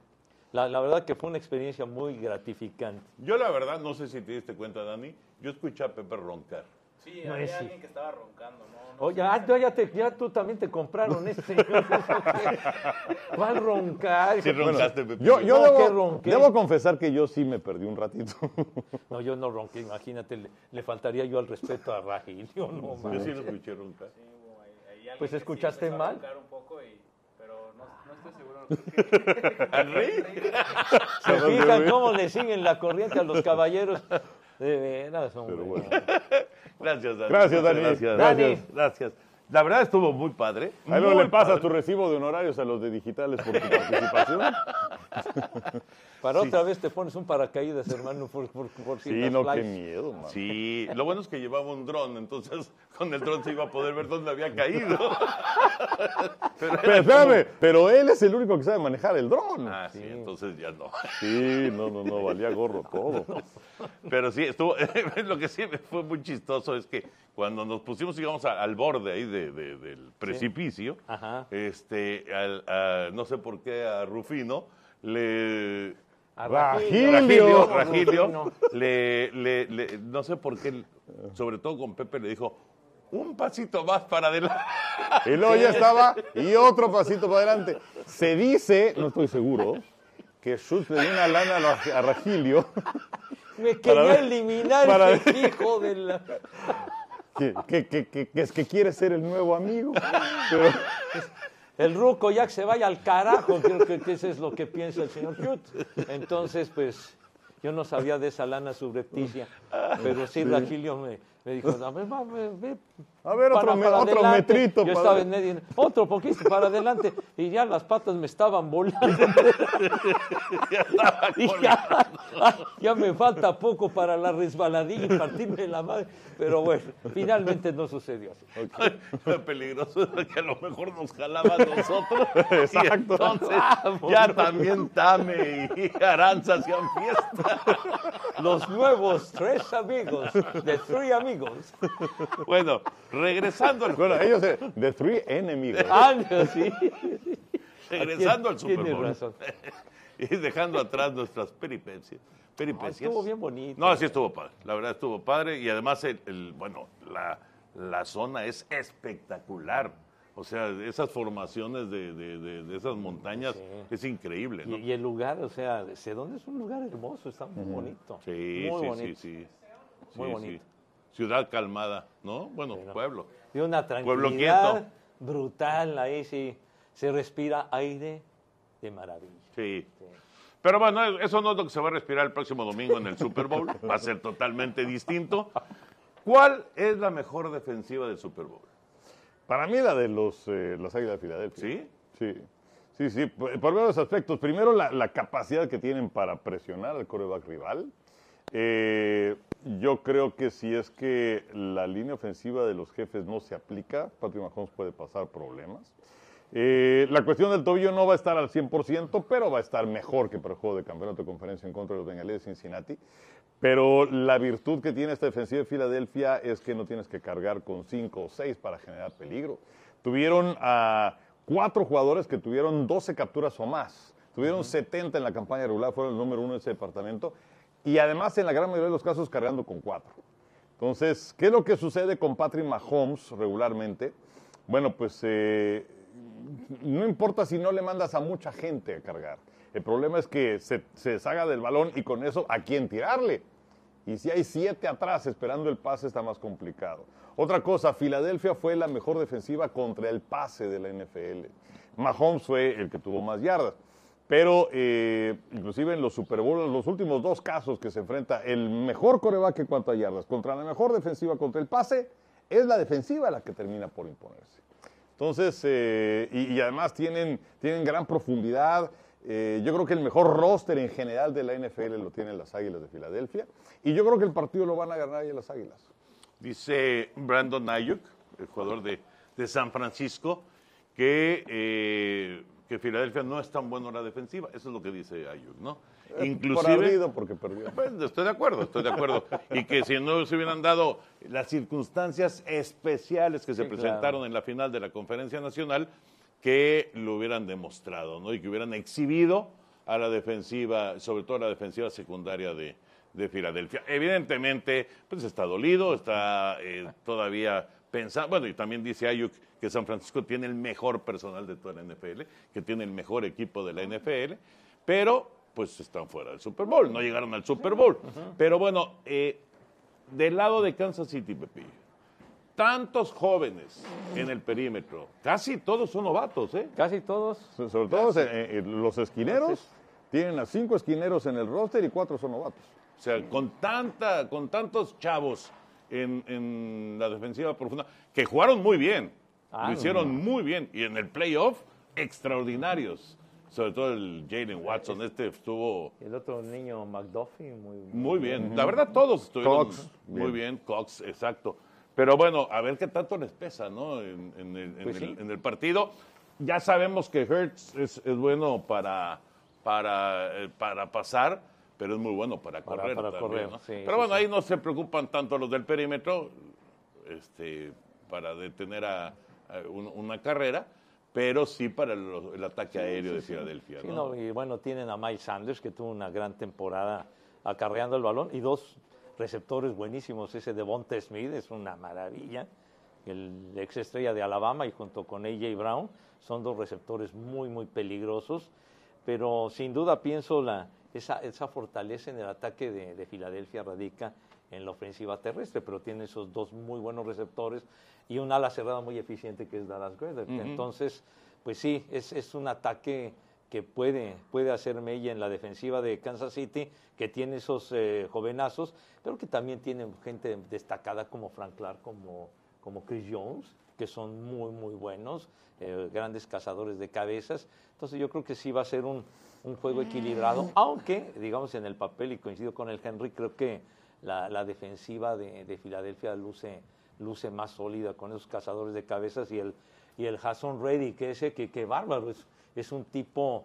Speaker 3: la, la verdad que fue una experiencia muy gratificante.
Speaker 1: Yo, la verdad, no sé si te diste cuenta, Dani. Yo escuché a Pepe roncar.
Speaker 4: Sí,
Speaker 3: No
Speaker 4: había
Speaker 3: es-
Speaker 4: alguien que estaba roncando, ¿no? no
Speaker 3: Oye, ah, no, ya, te- ya tú también te compraron ese señor. ¿Cuál roncar?
Speaker 1: Sí, roncaste, Pepe.
Speaker 2: Yo, yo
Speaker 3: No, qué
Speaker 2: debo,
Speaker 3: ronqué.
Speaker 2: debo confesar que yo sí me perdí un ratito.
Speaker 3: No, yo no ronqué, imagínate, le, le faltaría yo al respeto a Ragilio.
Speaker 1: Yo
Speaker 3: No, manches.
Speaker 1: sí lo escuché roncar.
Speaker 4: hubo ahí- ahí alguien
Speaker 3: Pues
Speaker 4: que sí
Speaker 3: escuchaste
Speaker 4: empezó a
Speaker 3: mal.
Speaker 4: roncar un poco y- pero no, no estoy seguro. creo que-
Speaker 3: ¿Se fijan Ah, Pues cómo le siguen la corriente a los caballeros? De veras, hombre.
Speaker 2: Pero bueno.
Speaker 1: Gracias, Dani. Muchas
Speaker 2: Gracias, Dani.
Speaker 1: Gracias,
Speaker 3: Dani.
Speaker 1: gracias. Gracias. La verdad estuvo muy padre.
Speaker 2: Ahí luego
Speaker 1: muy
Speaker 2: le pasas
Speaker 1: padre.
Speaker 2: tu recibo de honorarios a los de digitales por tu participación.
Speaker 3: Para otra vez te pones un paracaídas, hermano, por, por, por si
Speaker 2: Sí,
Speaker 3: las
Speaker 2: no, qué
Speaker 3: flies.
Speaker 2: miedo, man.
Speaker 1: Sí, lo bueno es que llevaba un dron, entonces con el dron se iba a poder ver dónde había caído.
Speaker 2: Pero espérame, pero él es el único que sabe manejar el dron.
Speaker 1: Ah, sí, entonces ya no.
Speaker 2: Sí, no, no, no, valía gorro todo.
Speaker 1: Pero sí, estuvo, lo que sí me fue muy chistoso es que cuando nos pusimos, digamos, a- al borde ahí de- de- del precipicio,
Speaker 3: Ajá.
Speaker 1: este, al- a- no sé por qué a Rufino le...
Speaker 3: A
Speaker 2: Ragilio.
Speaker 1: Ragilio,
Speaker 3: No,
Speaker 1: Ragilio,
Speaker 3: no.
Speaker 1: le, le- le- no sé por qué, sobre todo con Pepe, le dijo, un pasito más para adelante.
Speaker 2: Y luego ya estaba, y otro pasito para adelante. Se dice, no estoy seguro, que Schultz le dio una lana a Ra- a Ragilio,
Speaker 3: Me
Speaker 2: Para
Speaker 3: quería
Speaker 2: ver-
Speaker 3: eliminar
Speaker 2: para
Speaker 3: ese hijo de la...
Speaker 2: que, que, que, que- que es que quiere ser el nuevo amigo. Pero,
Speaker 3: El ruco ya que se vaya al carajo, creo que, que eso es lo que piensa el señor Hughes. Entonces, pues, yo no sabía de esa lana subrepticia, pero sí, Ragilio me, me dijo, a ver, va, ve, ve,
Speaker 2: A ver, otro me- otro
Speaker 3: adelante".
Speaker 2: metrito,
Speaker 3: Yo
Speaker 2: para-
Speaker 3: estaba en medio, otro poquito para adelante, y ya las patas me estaban volando. Y ya, ay, ya me falta poco para la resbaladilla y partirme la madre. Pero bueno, finalmente no sucedió así.
Speaker 1: Lo peligroso era que a lo mejor nos jalaba a nosotros.
Speaker 2: Exacto.
Speaker 1: Y entonces ya también Tame y Aranza hacían fiesta.
Speaker 3: Los nuevos tres amigos, de Three Amigos.
Speaker 1: Bueno, regresando al,
Speaker 2: bueno, ellos, eh, The Three Enemigos.
Speaker 3: Ah, no, sí.
Speaker 1: regresando al Super
Speaker 3: Tienes
Speaker 1: Bowl.
Speaker 3: razón.
Speaker 1: Y dejando atrás nuestras peripecias. peripecias.
Speaker 3: Ah, estuvo bien bonito.
Speaker 1: No, sí estuvo padre. La verdad estuvo padre. Y además, el, el- bueno, la, la zona es espectacular. O sea, esas formaciones de, de- de- de esas montañas es increíble,
Speaker 3: Y,
Speaker 1: ¿no?
Speaker 3: y el lugar, o sea, Sedona es un lugar hermoso, está muy bonito.
Speaker 1: Sí,
Speaker 3: muy
Speaker 1: sí,
Speaker 3: bonito.
Speaker 1: sí, sí.
Speaker 3: Muy
Speaker 1: Sí,
Speaker 3: bonito.
Speaker 1: sí. Ciudad calmada, ¿no? Bueno, pueblo.
Speaker 3: De una
Speaker 1: Pueblo
Speaker 3: tranquilidad brutal ahí, sí. Se respira aire de maravilla.
Speaker 1: Sí. Pero bueno, eso no es lo que se va a respirar el próximo domingo en el Super Bowl. Va a ser totalmente distinto. ¿Cuál es la mejor defensiva del Super Bowl?
Speaker 2: Para mí la de los, eh, las Águilas de Filadelfia.
Speaker 1: ¿Sí?
Speaker 2: Sí, sí, sí, por, por varios aspectos. Primero, la, la capacidad que tienen para presionar al coreback rival. Eh, yo creo que si es que la línea ofensiva de los jefes no se aplica, Patrick Mahomes puede pasar problemas. Eh, la cuestión del tobillo no va a estar al 100%, pero va a estar mejor que para el juego de campeonato de conferencia en contra de los bengalíes de Cincinnati. Pero la virtud que tiene esta defensiva de Filadelfia es que no tienes que cargar con cinco o seis para generar peligro. Tuvieron a cuatro jugadores que tuvieron 12 capturas o más. Tuvieron 70 en la campaña regular, fueron el número uno de ese departamento. Y además, en la gran mayoría de los casos, cargando con cuatro. Entonces, ¿qué es lo que sucede con Patrick Mahomes regularmente? Bueno, pues eh, no importa si no le mandas a mucha gente a cargar. El problema es que se, se deshaga del balón y con eso a quién tirarle. Y si hay siete atrás esperando el pase está más complicado. Otra cosa, Filadelfia fue la mejor defensiva contra el pase de la NFL. Mahomes fue el que tuvo más yardas. Pero eh, inclusive en los Super Bowl, en los últimos dos casos que se enfrenta el mejor coreback en cuanto a yardas contra la mejor defensiva contra el pase, es la defensiva la que termina por imponerse. Entonces, eh, y, y además tienen, tienen gran profundidad. Eh, yo creo que el mejor roster en general de la NFL lo tienen las Águilas de Filadelfia. Y yo creo que el partido lo van a ganar ahí las Águilas.
Speaker 1: Dice Brandon Ayuk, el jugador de, de San Francisco, que, eh, que Filadelfia no es tan bueno en la defensiva. Eso es lo que dice Ayuk, ¿no?
Speaker 3: Eh,
Speaker 2: Por ardido porque perdió.
Speaker 1: Pues, estoy de acuerdo, estoy de acuerdo. Y que si no se hubieran dado las circunstancias especiales que se
Speaker 3: Sí, claro.
Speaker 1: presentaron en la final de la Conferencia Nacional, que lo hubieran demostrado, ¿no? Y que hubieran exhibido a la defensiva, sobre todo a la defensiva secundaria de, de Filadelfia. Evidentemente, pues está dolido, está eh, todavía pensando. Bueno, y también dice Ayuk que San Francisco tiene el mejor personal de toda la NFL, que tiene el mejor equipo de la NFL, pero pues están fuera del Super Bowl, no llegaron al Super Bowl. Pero bueno, eh, del lado de Kansas City, Pepillo, tantos jóvenes en el perímetro, casi todos son novatos, ¿eh?
Speaker 3: Casi todos.
Speaker 2: So- Sobre todo eh, eh, los esquineros. Tienen a cinco esquineros en el roster y cuatro son novatos.
Speaker 1: O sea, con, tanta, con tantos chavos en, en la defensiva profunda, que jugaron muy bien,
Speaker 3: Ah,
Speaker 1: lo hicieron
Speaker 3: no.
Speaker 1: muy bien, y en el playoff, extraordinarios. Sobre todo el Jalen Watson, este estuvo
Speaker 3: El otro niño, McDuffie, muy
Speaker 1: muy bien. La verdad, todos estuvieron
Speaker 2: Cox,
Speaker 1: muy bien. Cox, exacto. Pero bueno, a ver qué tanto les pesa, ¿no? En, en el, en
Speaker 3: Pues
Speaker 1: el-
Speaker 3: sí.
Speaker 1: en el partido. Ya sabemos que Hertz es, es bueno para, para, eh, para pasar, pero es muy bueno para
Speaker 3: Para-
Speaker 1: correr.
Speaker 3: para
Speaker 1: también,
Speaker 3: correr,
Speaker 1: ¿no?
Speaker 3: sí,
Speaker 1: pero
Speaker 3: sí,
Speaker 1: bueno,
Speaker 3: sí.
Speaker 1: ahí no se preocupan tanto los del perímetro este, para detener a, a un- una carrera, pero sí para los- el ataque aéreo de Filadelfia.
Speaker 3: Sí,
Speaker 1: ¿no?
Speaker 3: no, y bueno, tienen a Mike Sanders, que tuvo una gran temporada acarreando el balón, y dos receptores buenísimos. Ese de Bonte Smith es una maravilla. El ex estrella de Alabama y junto con AJ Brown son dos receptores muy, muy peligrosos. Pero sin duda pienso la, esa, esa fortaleza en el ataque de, de Filadelfia radica en la ofensiva terrestre, pero tiene esos dos muy buenos receptores y un ala cerrada muy eficiente que es Dallas Goedert. Entonces, pues sí, es, es un ataque que puede, puede hacer mella en la defensiva de Kansas City, que tiene esos eh, jovenazos, pero que también tiene gente destacada como Frank Clark, como, como Chris Jones, que son muy, muy buenos, eh, grandes cazadores de cabezas. Entonces yo creo que sí va a ser un, un juego equilibrado, aunque, digamos, en el papel, y coincido con el Henry, creo que la, la defensiva de, de Filadelfia luce, luce más sólida con esos cazadores de cabezas y el, y el Hasson Reddy, que ese, que, que bárbaro, es, es un tipo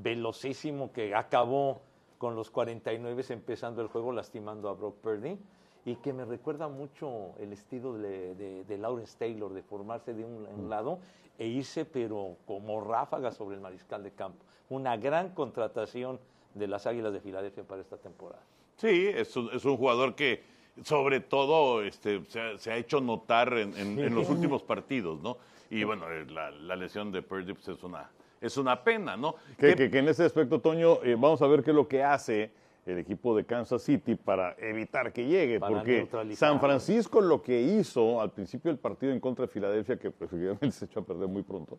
Speaker 3: velocísimo que acabó con los 49 empezando el juego lastimando a Brock Purdy y que me recuerda mucho el estilo de, de- de Lawrence Taylor, de formarse de un,
Speaker 1: Mm.
Speaker 3: un lado e irse pero como ráfaga sobre el mariscal de campo. Una gran contratación de las Águilas de Filadelfia para esta temporada.
Speaker 1: Sí, es un, es un jugador que sobre todo este, se, ha, se ha hecho notar en, en- en los últimos partidos, ¿no? Y bueno, eh, la, la lesión de Purdy pues, es una es una pena, ¿no?
Speaker 2: Que,
Speaker 1: Que-
Speaker 2: que- que en ese aspecto, Toño, eh, vamos a ver qué es lo que hace el equipo de Kansas City para evitar que llegue,
Speaker 3: Para
Speaker 2: porque
Speaker 3: neutralizar.
Speaker 2: San Francisco lo que hizo al principio del partido en contra de Filadelfia, que preferiblemente se echó a perder muy pronto,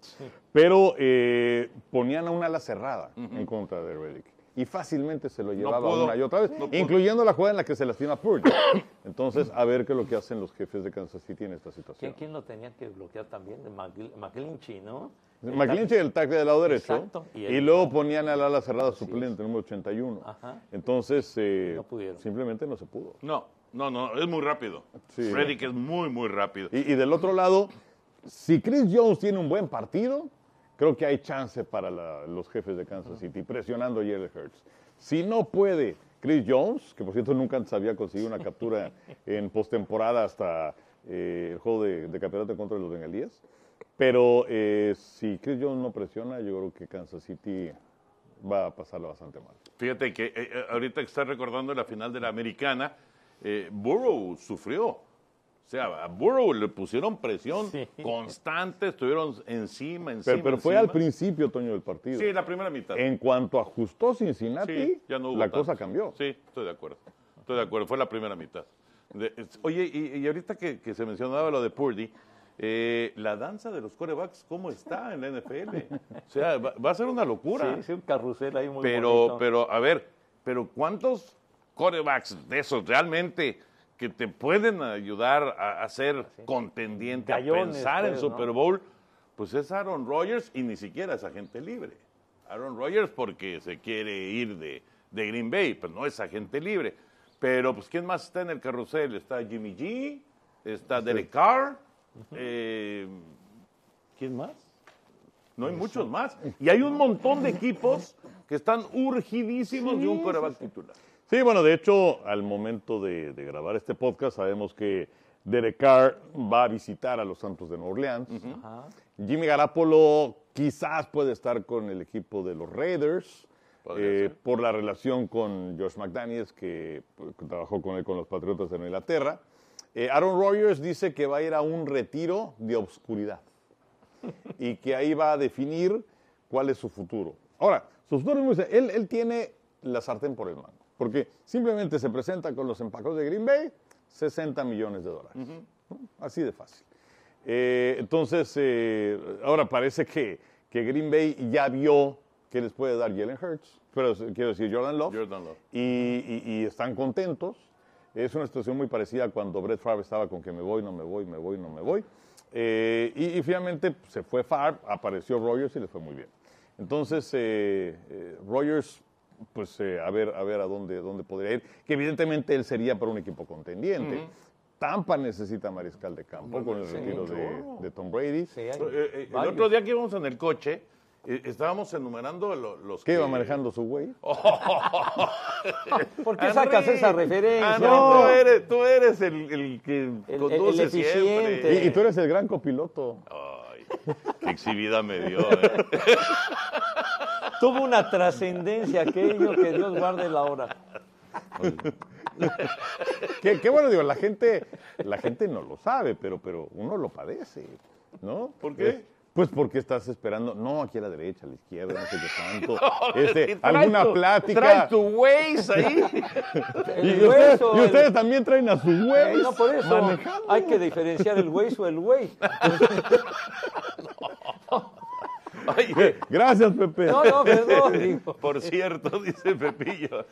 Speaker 2: pero eh, ponían a una ala cerrada en contra de Reddick. Y fácilmente se lo llevaba
Speaker 1: pudo,
Speaker 2: una y otra vez,
Speaker 1: no pudo.
Speaker 2: incluyendo la jugada en la que se lastima Purdy. Entonces, a ver qué es lo que hacen los jefes de Kansas City en esta
Speaker 3: ¿Quién,
Speaker 2: situación.
Speaker 3: quién lo tenía que bloquear también? Magl- McGlinchey, ¿no?
Speaker 2: McClinchy el tackle del lado derecho.
Speaker 3: Exacto.
Speaker 2: Y,
Speaker 3: Y el-
Speaker 2: luego ponían al ala cerrada suplente, número 81.
Speaker 3: Ajá.
Speaker 2: Entonces, eh,
Speaker 3: No pudieron.
Speaker 2: simplemente no se pudo.
Speaker 1: no, no, no, es muy rápido.
Speaker 2: Sí.
Speaker 1: Freddy que es muy, muy rápido.
Speaker 2: Y, y del otro lado, si Chris Jones tiene un buen partido, creo que hay chance para la- los jefes de Kansas City, presionando a Jalen Hurts. Si no puede Chris Jones, que por cierto nunca se había conseguido una captura en postemporada hasta eh, el juego de, de campeonato en contra de los bengalíes, pero eh, si Chris Jones no presiona, yo creo que Kansas City va a pasarlo bastante mal.
Speaker 1: Fíjate que eh, eh, ahorita que estás recordando la final de la americana, eh, Burrow sufrió O sea, a Burrow le pusieron presión
Speaker 3: Sí.
Speaker 1: constante, estuvieron encima, encima.
Speaker 2: Pero, pero fue al
Speaker 1: encima.
Speaker 2: principio, Toño, del partido.
Speaker 1: Sí, la primera mitad.
Speaker 2: En cuanto ajustó Cincinnati,
Speaker 1: Sí, ya no hubo
Speaker 2: la
Speaker 1: tantos.
Speaker 2: cosa cambió.
Speaker 1: Sí, estoy de acuerdo. Estoy de acuerdo. Fue la primera mitad. De- es- oye, y, eh, y ahorita que, que se mencionaba lo de Purdy, eh, la danza de los corebacks, ¿cómo está en la NFL? O sea, va, va a ser una locura.
Speaker 3: Sí, sí, un carrusel ahí muy
Speaker 1: pero,
Speaker 3: bonito.
Speaker 1: pero, a ver, pero ¿cuántos corebacks de esos realmente que te pueden ayudar a, a ser contendiente, a
Speaker 3: Gallones,
Speaker 1: pensar en
Speaker 3: pues, ¿no?
Speaker 1: Super Bowl? Pues es Aaron Rodgers y ni siquiera es agente libre. Aaron Rodgers porque se quiere ir de, de Green Bay, pues no es agente libre. Pero, pues, ¿quién más está en el carrusel? Está Jimmy G, está Derek Carr, eh, ¿quién más? No hay muchos más. Y hay un montón de equipos que están urgidísimos de un coreback titular.
Speaker 2: Sí, bueno, de hecho, al momento de, de grabar este podcast, sabemos que Derek Carr va a visitar a los Santos de Nueva Orleans. Jimmy Garapolo quizás puede estar con el equipo de los Raiders.
Speaker 1: Podría
Speaker 2: eh,
Speaker 1: ser.
Speaker 2: por la relación con Josh McDaniels, que pues, que trabajó con él con los Patriotas de Nueva Inglaterra. Eh, Aaron Rodgers dice que va a ir a un retiro de obscuridad y que ahí va a definir cuál es su futuro. Ahora, su futuro es muy sen- él, él tiene la sartén por el mango, porque simplemente se presenta con los empacos de Green Bay, 60 millones de dólares. ¿no? Así de fácil. Eh, entonces, eh, ahora parece que, que Green Bay ya vio que les puede dar Jalen Hurts, pero eh, quiero decir Jordan Love,
Speaker 1: Jordan Love.
Speaker 2: Y, y- y están contentos. Es una situación muy parecida a cuando Brett Favre estaba con que me voy, no me voy, me voy, no me voy. Eh, y, y finalmente se fue Favre, apareció Rogers y le fue muy bien. Entonces, eh, eh, Rogers, pues eh, a ver, a ver a dónde, dónde podría ir, que evidentemente él sería para un equipo contendiente. Tampa necesita mariscal de campo con el retiro de, de Tom Brady.
Speaker 3: Sí, hay
Speaker 1: Eh, eh, el
Speaker 3: varios.
Speaker 1: otro día que íbamos en el coche, eh, estábamos enumerando lo- los
Speaker 2: ¿Qué
Speaker 1: que-
Speaker 2: iba manejando su güey?
Speaker 3: ¿Por
Speaker 1: Henry,
Speaker 3: qué
Speaker 1: Ah,
Speaker 3: sacas esa referencia?
Speaker 1: Henry, tú,
Speaker 3: No.
Speaker 1: eres, tú eres el, el que
Speaker 3: el
Speaker 1: conduce
Speaker 3: eficiente.
Speaker 1: siempre.
Speaker 2: Y, y tú eres el gran copiloto.
Speaker 1: Ay, qué exhibida me dio. eh.
Speaker 3: Tuvo una trascendencia aquello que Dios guarde la hora.
Speaker 2: Qué, qué bueno, digo, la gente, la gente no lo sabe, pero, pero uno lo padece, ¿no?
Speaker 1: ¿Por qué?
Speaker 2: Eh, Pues porque estás esperando, no, aquí a la derecha, a la izquierda, no sé qué tanto.
Speaker 1: Y
Speaker 2: Este,
Speaker 1: traes
Speaker 2: alguna
Speaker 1: tu-
Speaker 2: plática.
Speaker 1: Traes tu Waze ahí.
Speaker 2: Y,
Speaker 3: El
Speaker 2: ustedes,
Speaker 3: hueso,
Speaker 2: y
Speaker 3: el-
Speaker 2: ustedes también traen a sus
Speaker 3: Eh,
Speaker 2: güeyes.
Speaker 3: No, por eso
Speaker 2: manejando.
Speaker 3: hay que diferenciar el güey o el güey.
Speaker 1: Ay,
Speaker 2: Gracias, Pepe.
Speaker 3: No, no, perdón. digo.
Speaker 1: Por cierto, dice Pepillo.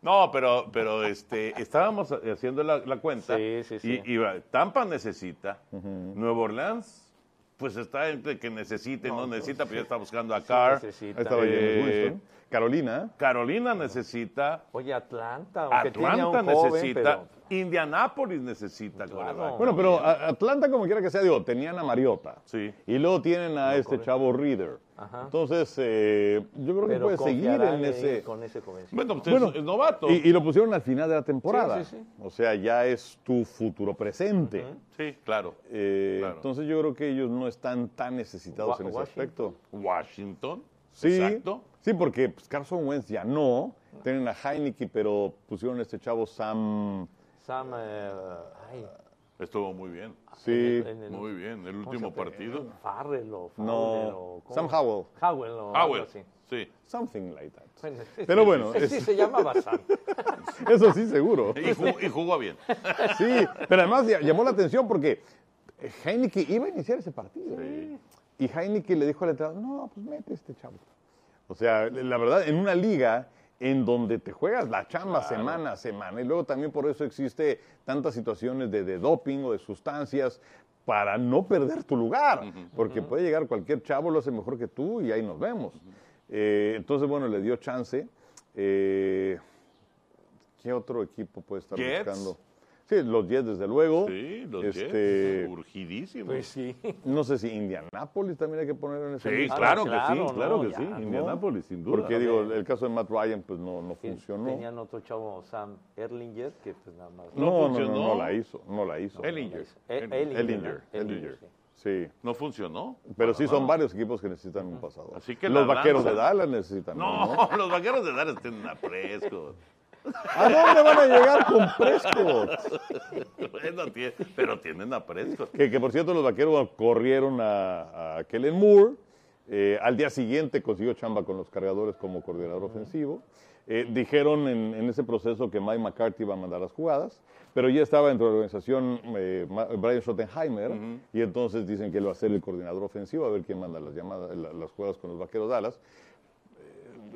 Speaker 1: No, pero, pero este, estábamos haciendo la, la cuenta.
Speaker 3: Sí, sí, sí.
Speaker 1: Y, y va- Tampa necesita, Nueva Orleans, pues está entre que necesita y no, necesita, pero ya está buscando a Carr.
Speaker 3: necesita.
Speaker 2: Ahí estaba
Speaker 1: Eh,
Speaker 2: James Winston. Carolina.
Speaker 1: Carolina necesita,
Speaker 3: Oye, Atlanta, aunque tiene a
Speaker 1: Atlanta
Speaker 3: un joven,
Speaker 1: necesita,
Speaker 3: pero
Speaker 1: Indianápolis necesita. coreback.
Speaker 2: Bueno, pero a- Atlanta, como quiera que sea, digo, tenían a Mariota.
Speaker 1: Sí.
Speaker 2: Y luego tienen a este chavo Reader. Entonces, eh, yo creo que
Speaker 3: pero
Speaker 2: puede seguir
Speaker 3: confiarán
Speaker 2: en ese.
Speaker 3: con ese jovencito.
Speaker 1: Bueno, pues
Speaker 2: Bueno,
Speaker 1: es, es novato.
Speaker 2: Y, y lo pusieron al final de la temporada.
Speaker 3: Sí, sí, sí.
Speaker 2: O sea, ya es tu futuro presente.
Speaker 1: sí, claro.
Speaker 2: Eh,
Speaker 1: Claro.
Speaker 2: Entonces yo creo que ellos no están tan necesitados
Speaker 3: Wa-
Speaker 2: en ese
Speaker 3: Washington.
Speaker 2: aspecto.
Speaker 1: Washington,
Speaker 2: Sí,
Speaker 1: exacto.
Speaker 2: sí, porque pues, Carson Wentz ya no. Tienen a Heineke, pero pusieron a este chavo Sam.
Speaker 3: Sam, eh, ay,
Speaker 1: Estuvo muy bien,
Speaker 2: Sí.
Speaker 3: en el-
Speaker 1: muy bien. El
Speaker 3: ¿cómo se
Speaker 1: último
Speaker 3: llama?
Speaker 1: partido.
Speaker 3: Farrell o Fowler
Speaker 2: No,
Speaker 3: o ¿cómo?
Speaker 2: Sam Howell.
Speaker 3: Howell o algo
Speaker 1: Howell,
Speaker 3: así.
Speaker 1: sí.
Speaker 2: Something like that.
Speaker 3: Bueno, sí,
Speaker 2: Pero
Speaker 3: sí,
Speaker 2: bueno,
Speaker 3: sí, sí,
Speaker 2: es-
Speaker 3: se llamaba Sam.
Speaker 2: Eso sí, seguro.
Speaker 1: Y jugó, y jugó bien.
Speaker 2: Sí, pero además ya- llamó la atención porque Heineke iba a iniciar ese partido. Y Heineke le dijo al entrenador, no, pues mete a este chavo. O sea, la verdad, en una liga en donde te juegas la chamba semana a semana, y luego también por eso existe tantas situaciones de, de doping o de sustancias para no perder tu lugar, porque puede llegar cualquier chavo, lo hace mejor que tú y ahí nos vemos. Eh, entonces, bueno, le dio chance. Eh, ¿Qué otro equipo puede estar
Speaker 1: Jets.
Speaker 2: buscando? Sí, los Jets, desde luego.
Speaker 1: Sí, los
Speaker 2: Este,
Speaker 1: Jets, urgidísimos.
Speaker 3: Pues sí.
Speaker 2: No sé si Indianápolis también hay que poner en ese
Speaker 1: Sí,
Speaker 2: lista.
Speaker 1: claro que
Speaker 3: claro,
Speaker 1: sí,
Speaker 3: no,
Speaker 1: claro que
Speaker 3: ya,
Speaker 1: sí.
Speaker 3: ¿no?
Speaker 1: Indianápolis, sin duda.
Speaker 2: Porque digo, el caso de Matt Ryan pues no, no funcionó.
Speaker 3: Tenían otro chavo, Sam Erlinger, que pues nada más.
Speaker 2: No, no, no,
Speaker 1: funcionó.
Speaker 2: no la hizo, no la hizo.
Speaker 1: Ellinger.
Speaker 3: Eh,
Speaker 1: Ellinger.
Speaker 2: Ellinger,
Speaker 3: ¿no?
Speaker 2: Ellinger.
Speaker 3: sí.
Speaker 2: Sí,
Speaker 1: No funcionó.
Speaker 2: pero sí son
Speaker 1: nada.
Speaker 2: varios equipos que necesitan un pasador.
Speaker 1: Así que
Speaker 2: los
Speaker 1: la
Speaker 2: vaqueros de
Speaker 1: lanza-
Speaker 2: Dallas necesitan. uno,
Speaker 1: No, los vaqueros de Dallas tienen a fresco.
Speaker 5: ¿A dónde van a llegar con Prescott?
Speaker 1: Bueno, tiene- Pues, pero tienen a Prescott.
Speaker 2: Que, que, por cierto, los vaqueros corrieron a, a Kellen Moore. Eh, al día siguiente consiguió chamba con los cargadores como coordinador ofensivo. Eh, dijeron en, en ese proceso que Mike McCarthy iba a mandar las jugadas, pero ya estaba dentro de la organización eh, Ma- Brian Schottenheimer, y entonces dicen que lo va a ser el coordinador ofensivo, a ver quién manda las, llamadas, la- las jugadas con los vaqueros Dallas.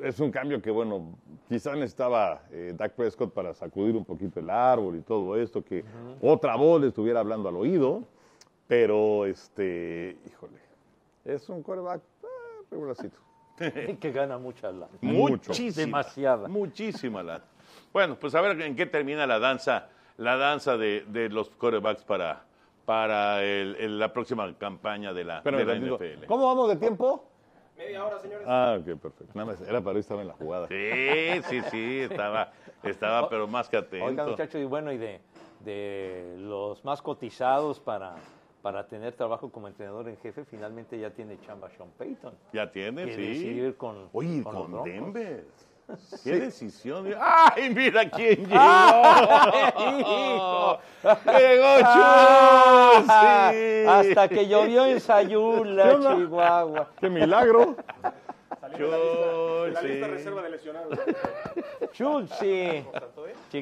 Speaker 2: Eh, es un cambio que, bueno, quizás necesitaba eh, Dak Prescott para sacudir un poquito el árbol y todo esto, que otra voz le estuviera hablando al oído. Pero, este, híjole, es un coreback ah, regularcito.
Speaker 3: que gana mucha lana.
Speaker 2: Mucho.
Speaker 1: Muchísima.
Speaker 3: Demasiada.
Speaker 1: Muchísima la. Bueno, pues a ver en qué termina la danza, la danza de, de los corebacks para, eh, para el- el- la próxima campaña de la,
Speaker 2: Espérame
Speaker 1: de la
Speaker 2: tantito.
Speaker 1: NFL.
Speaker 2: ¿Cómo vamos de tiempo?
Speaker 4: Media hora, señores.
Speaker 2: Ah, ok, perfecto. Nada más, era para hoy, estaba en la jugada.
Speaker 1: Sí, sí, sí, estaba, estaba, pero más que
Speaker 3: Oiga,
Speaker 1: atento.
Speaker 3: muchachos, y bueno, y de, de los más cotizados para, para tener trabajo como entrenador en jefe, finalmente ya tiene chamba Sean Payton.
Speaker 1: Ya tiene,
Speaker 3: Que
Speaker 1: sí.
Speaker 3: decidir con,
Speaker 1: Oye,
Speaker 3: con los
Speaker 1: con,
Speaker 3: Broncos.
Speaker 1: Denver. Qué decisión. ¡Ay, mira quién llegó!
Speaker 3: hijo!
Speaker 1: ¡Llegó Chus!
Speaker 3: Ah,
Speaker 1: Sí.
Speaker 3: Hasta que llovió en Sayula, Chihuahua.
Speaker 2: ¡Qué milagro!
Speaker 4: Salieron la lista, la
Speaker 1: Chul,
Speaker 4: lista
Speaker 1: sí.
Speaker 4: reserva de lesionados.
Speaker 3: Chulsi.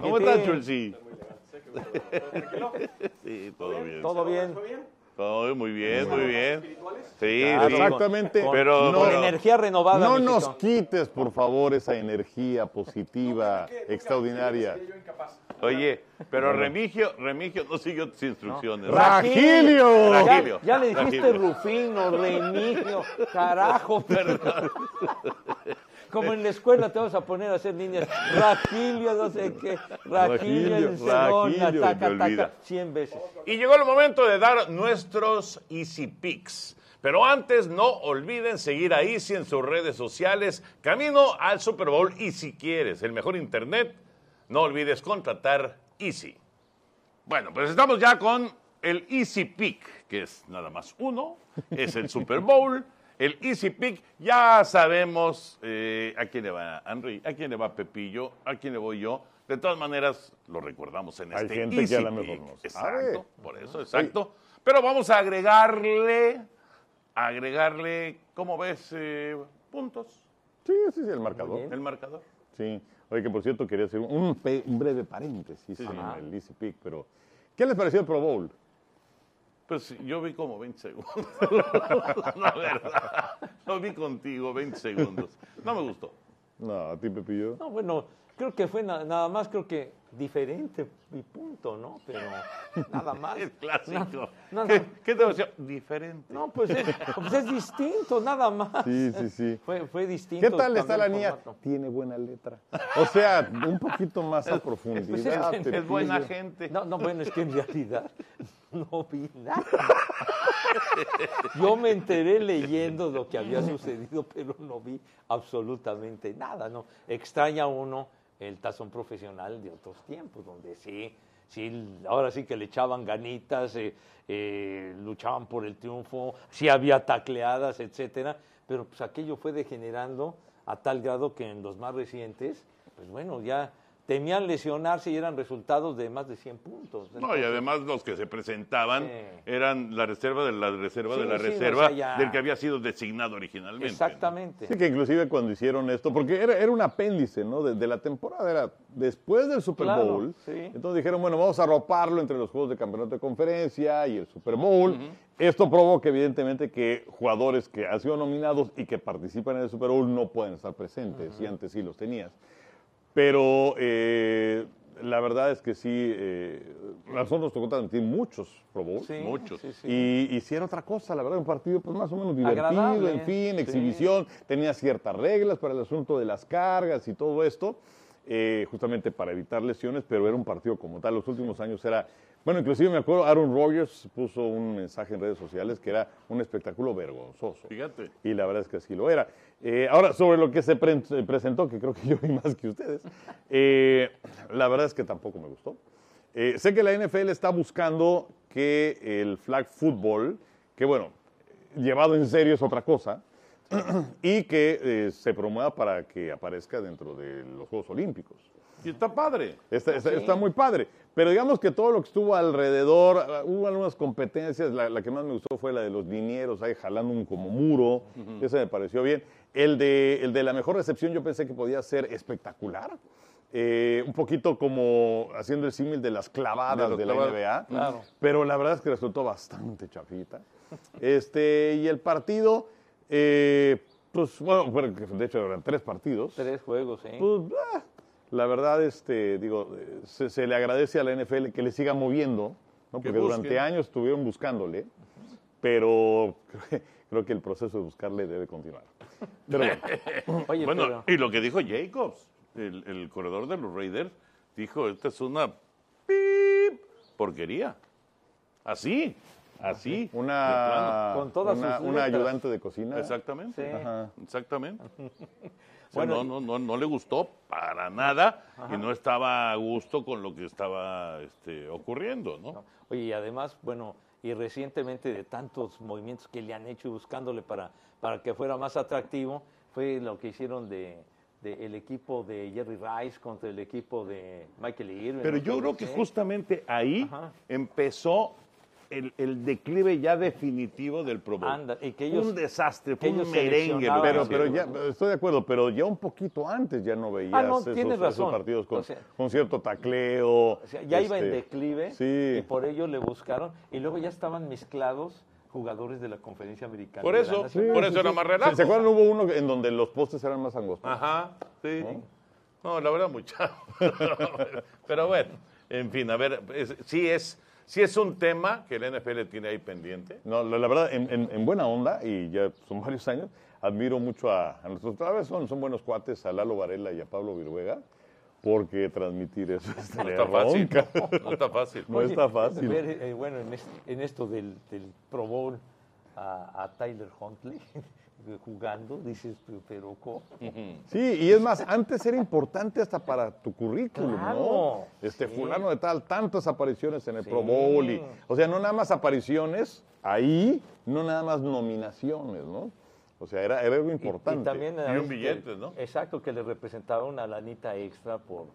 Speaker 1: ¿Cómo estás, Chulsi?
Speaker 4: Tranquilo.
Speaker 1: Sí, todo bien.
Speaker 3: Todo bien.
Speaker 4: ¿Fue bien?
Speaker 1: Todo muy bien, muy bien. Sí,
Speaker 3: Claro,
Speaker 1: sí.
Speaker 2: Exactamente.
Speaker 3: Con,
Speaker 1: Pero-
Speaker 3: con
Speaker 1: pero-
Speaker 3: energía renovada.
Speaker 2: No
Speaker 3: mijito.
Speaker 2: nos quites, por favor, esa energía positiva, extraordinaria.
Speaker 4: Yo incapaz.
Speaker 1: Oye, pero Remigio, Remigio no siguió tus instrucciones.
Speaker 2: ¡Ragilio!
Speaker 1: Ragilio.
Speaker 3: Ya, ya le
Speaker 1: Ragilio.
Speaker 3: dijiste Rufino, Remigio, carajo, perdón. Como en la escuela te vas a poner a hacer líneas. Ragilio, no sé qué. Ragilio,
Speaker 2: Ragilio,
Speaker 3: el Cerón,
Speaker 2: Ragilio,
Speaker 3: ataca,
Speaker 2: me olvida.
Speaker 3: ataca. Cien veces.
Speaker 1: Y llegó el momento de dar nuestros Easy Picks. Pero antes no olviden seguir a Easy en sus redes sociales, camino al Super Bowl y si quieres el mejor internet, no olvides contratar Easy. Bueno, pues estamos ya con el Easy Pick, que es nada más uno, es el Super Bowl. El Easy Pick, ya sabemos eh, a quién le va Henry, a quién le va Pepillo, a quién le voy yo. De todas maneras, lo recordamos en
Speaker 2: Hay
Speaker 1: este
Speaker 2: gente que
Speaker 1: Easy
Speaker 2: a lo mejor
Speaker 1: Pick.
Speaker 2: no sabe.
Speaker 1: Exacto, por eso, exacto. Pero vamos a agregarle, agregarle, ¿cómo ves? eh, puntos,
Speaker 2: Sí, sí, sí, el marcador.
Speaker 1: el marcador.
Speaker 2: Sí. Oye, que por cierto, quería hacer un, un pe- un breve paréntesis en el Easy Pick, pero ¿qué les pareció el Pro Bowl?
Speaker 1: Pues yo vi como 20 segundos. La verdad. Lo vi contigo 20 segundos. No me gustó.
Speaker 2: No, a ti, Pepillo.
Speaker 3: No, bueno, creo que fue na- nada más, creo que diferente y punto, ¿no? Pero nada más.
Speaker 1: Es clásico.
Speaker 3: No, no.
Speaker 1: ¿Qué, qué te pareció? Diferente.
Speaker 3: No, pues es, pues es distinto, nada más.
Speaker 2: Sí, sí, sí.
Speaker 3: pues, Fue, fue distinto.
Speaker 2: ¿Qué tal está
Speaker 3: también
Speaker 2: la
Speaker 3: el
Speaker 2: niña?
Speaker 3: formato.
Speaker 2: Tiene buena letra. O sea, un poquito más a profundidad.
Speaker 3: pues,
Speaker 2: Este,
Speaker 3: es-
Speaker 2: Pepillo.
Speaker 1: Pues es buena gente.
Speaker 3: No, no, bueno, es que en realidad no vi nada. Yo me enteré leyendo lo que había sucedido, pero no vi absolutamente nada, ¿no? Extraña uno el tazón profesional de otros tiempos, donde sí, sí, ahora sí que le echaban ganitas, eh, eh, luchaban por el triunfo, sí había tacleadas, etcétera, pero pues aquello fue degenerando a tal grado que en los más recientes, pues bueno, ya temían lesionarse y eran resultados de más de 100 puntos.
Speaker 1: No, y además los que se presentaban
Speaker 3: Sí.
Speaker 1: eran la reserva de la reserva de
Speaker 3: Sí,
Speaker 1: la
Speaker 3: sí,
Speaker 1: reserva
Speaker 3: o sea, ya.
Speaker 1: del que había sido designado originalmente.
Speaker 3: Exactamente.
Speaker 2: Sí, que inclusive cuando hicieron esto, porque era, era un apéndice, ¿no? De, de la temporada, era después del Super
Speaker 3: Claro,
Speaker 2: Bowl.
Speaker 3: sí.
Speaker 2: Entonces dijeron, bueno, vamos a roparlo entre los juegos de campeonato de conferencia y el Super Bowl. Esto provoca, evidentemente, que jugadores que han sido nominados y que participan en el Super Bowl no pueden estar presentes, y antes sí los tenías. Pero eh, la verdad es que sí, eh, a nosotros nos tocó transmitir muchos Pro Bowls.
Speaker 3: Sí,
Speaker 1: muchos.
Speaker 3: sí, sí.
Speaker 2: Y hicieron otra cosa, la verdad, un partido pues, más o menos divertido,
Speaker 3: Agradable,
Speaker 2: en fin,
Speaker 3: sí.
Speaker 2: exhibición, tenía ciertas reglas para el asunto de las cargas y todo esto, eh, justamente para evitar lesiones, pero era un partido como tal. Los últimos años era, bueno, inclusive me acuerdo, Aaron Rodgers puso un mensaje en redes sociales que era un espectáculo vergonzoso.
Speaker 1: Fíjate.
Speaker 2: Y la verdad es que así lo era. Eh, ahora, sobre lo que se pre- se presentó, que creo que yo vi más que ustedes, eh, la verdad es que tampoco me gustó. Eh, sé que la NFL está buscando que el flag football, que bueno, llevado en serio es otra cosa, y que eh, se promueva para que aparezca dentro de los Juegos Olímpicos.
Speaker 1: Sí, está padre.
Speaker 2: Está, está- está muy padre. Pero digamos que todo lo que estuvo alrededor, ah, hubo algunas competencias, la, la que más me gustó fue la de los linieros, ahí jalando un como muro, ese me pareció bien. El de, el de la mejor recepción yo pensé que podía ser espectacular, eh, un poquito como haciendo el símil de las clavadas
Speaker 1: De
Speaker 2: de,
Speaker 1: las
Speaker 2: la
Speaker 1: clavadas.
Speaker 2: NBA,
Speaker 3: Claro.
Speaker 2: pero la verdad es que resultó bastante chafita. Este, y el partido, eh, pues bueno, bueno, que de hecho eran tres partidos.
Speaker 3: Tres juegos, ¿eh?
Speaker 2: Pues, ah, la verdad, este, digo, eh, se, se le agradece a la NFL que le siga moviendo, ¿no?
Speaker 1: Que
Speaker 2: porque durante
Speaker 1: busquen.
Speaker 2: años estuvieron buscándole, pero creo que, creo que el proceso de buscarle debe continuar. Pero bueno,
Speaker 3: Oye,
Speaker 1: Bueno,
Speaker 3: pero-
Speaker 1: y lo que dijo Jacobs, el, el corredor de los Raiders, dijo, esta es una pip porquería. Así, así. de
Speaker 2: una,
Speaker 1: plano.
Speaker 3: Con todas
Speaker 2: una,
Speaker 3: sus
Speaker 2: una
Speaker 3: letras.
Speaker 2: ayudante de cocina.
Speaker 1: Exactamente.
Speaker 3: Sí.
Speaker 1: Ajá. Exactamente.
Speaker 3: Bueno,
Speaker 1: bueno,
Speaker 3: y-
Speaker 1: no, no, no, no le gustó para nada y no estaba a gusto con lo que estaba este, ocurriendo, ¿no?
Speaker 3: Oye, y además, bueno, y recientemente de tantos movimientos que le han hecho y buscándole para, para que fuera más atractivo, fue lo que hicieron de, de el equipo de Jerry Rice contra el equipo de Michael Irvin.
Speaker 1: Pero
Speaker 3: ¿no?
Speaker 1: yo creo
Speaker 3: Sí.
Speaker 1: que justamente ahí
Speaker 3: Ajá.
Speaker 1: empezó el, el declive ya definitivo del Pro Bowl.
Speaker 3: Anda, y que ellos-
Speaker 1: un desastre,
Speaker 3: que
Speaker 1: fue un
Speaker 3: ellos
Speaker 1: merengue.
Speaker 3: seleccionaban.
Speaker 2: Pero,
Speaker 3: sí,
Speaker 2: pero
Speaker 3: sí,
Speaker 2: ya, estoy de acuerdo, pero ya un poquito antes ya no veías
Speaker 3: Ah, no,
Speaker 2: esos,
Speaker 3: tienes
Speaker 2: esos
Speaker 3: razón.
Speaker 2: partidos con,
Speaker 3: O sea-
Speaker 2: con cierto tacleo.
Speaker 3: O sea, ya iba en
Speaker 2: este,
Speaker 3: declive
Speaker 2: Sí.
Speaker 3: y por ello le buscaron y luego ya estaban mezclados jugadores de la conferencia americana.
Speaker 1: Por
Speaker 3: de la
Speaker 1: eso,
Speaker 3: Nacional.
Speaker 1: por eso era más relajo. Ah.
Speaker 2: ¿Se, se acuerdan? Hubo uno en donde los postes eran más angostos.
Speaker 1: Ajá, sí. No, la verdad, muchacho. Pero bueno, en fin, a ver, es- sí, es, sí es un tema que el NFL tiene ahí pendiente.
Speaker 2: No, la, la verdad, en, en- en buena onda, y ya son varios años, admiro mucho a, a nuestros, a ver, son, son buenos cuates, a Lalo Varela y a Pablo Virvega, porque transmitir eso es
Speaker 1: No
Speaker 2: de
Speaker 1: está fácil.
Speaker 2: ronca.
Speaker 1: No está fácil.
Speaker 2: No está fácil.
Speaker 3: Ver, eh, bueno, en, es- en esto del, del Pro Bowl a, a Tyler Huntley jugando, dices, pero, pero ¿cómo?
Speaker 2: Sí, y es más, antes era importante hasta para tu currículum,
Speaker 3: Claro,
Speaker 2: ¿no? Este
Speaker 3: sí.
Speaker 2: fulano de tal, tantas apariciones en el Pro Bowl. y- o sea, no nada más apariciones ahí, no nada más nominaciones, ¿no? O sea, era, era algo
Speaker 3: Y-
Speaker 2: importante.
Speaker 3: Y, también este, eh, a
Speaker 1: Y un
Speaker 3: veces
Speaker 1: billete,
Speaker 3: que-
Speaker 1: ¿no?
Speaker 3: Exacto, que le representaba una lanita extra por...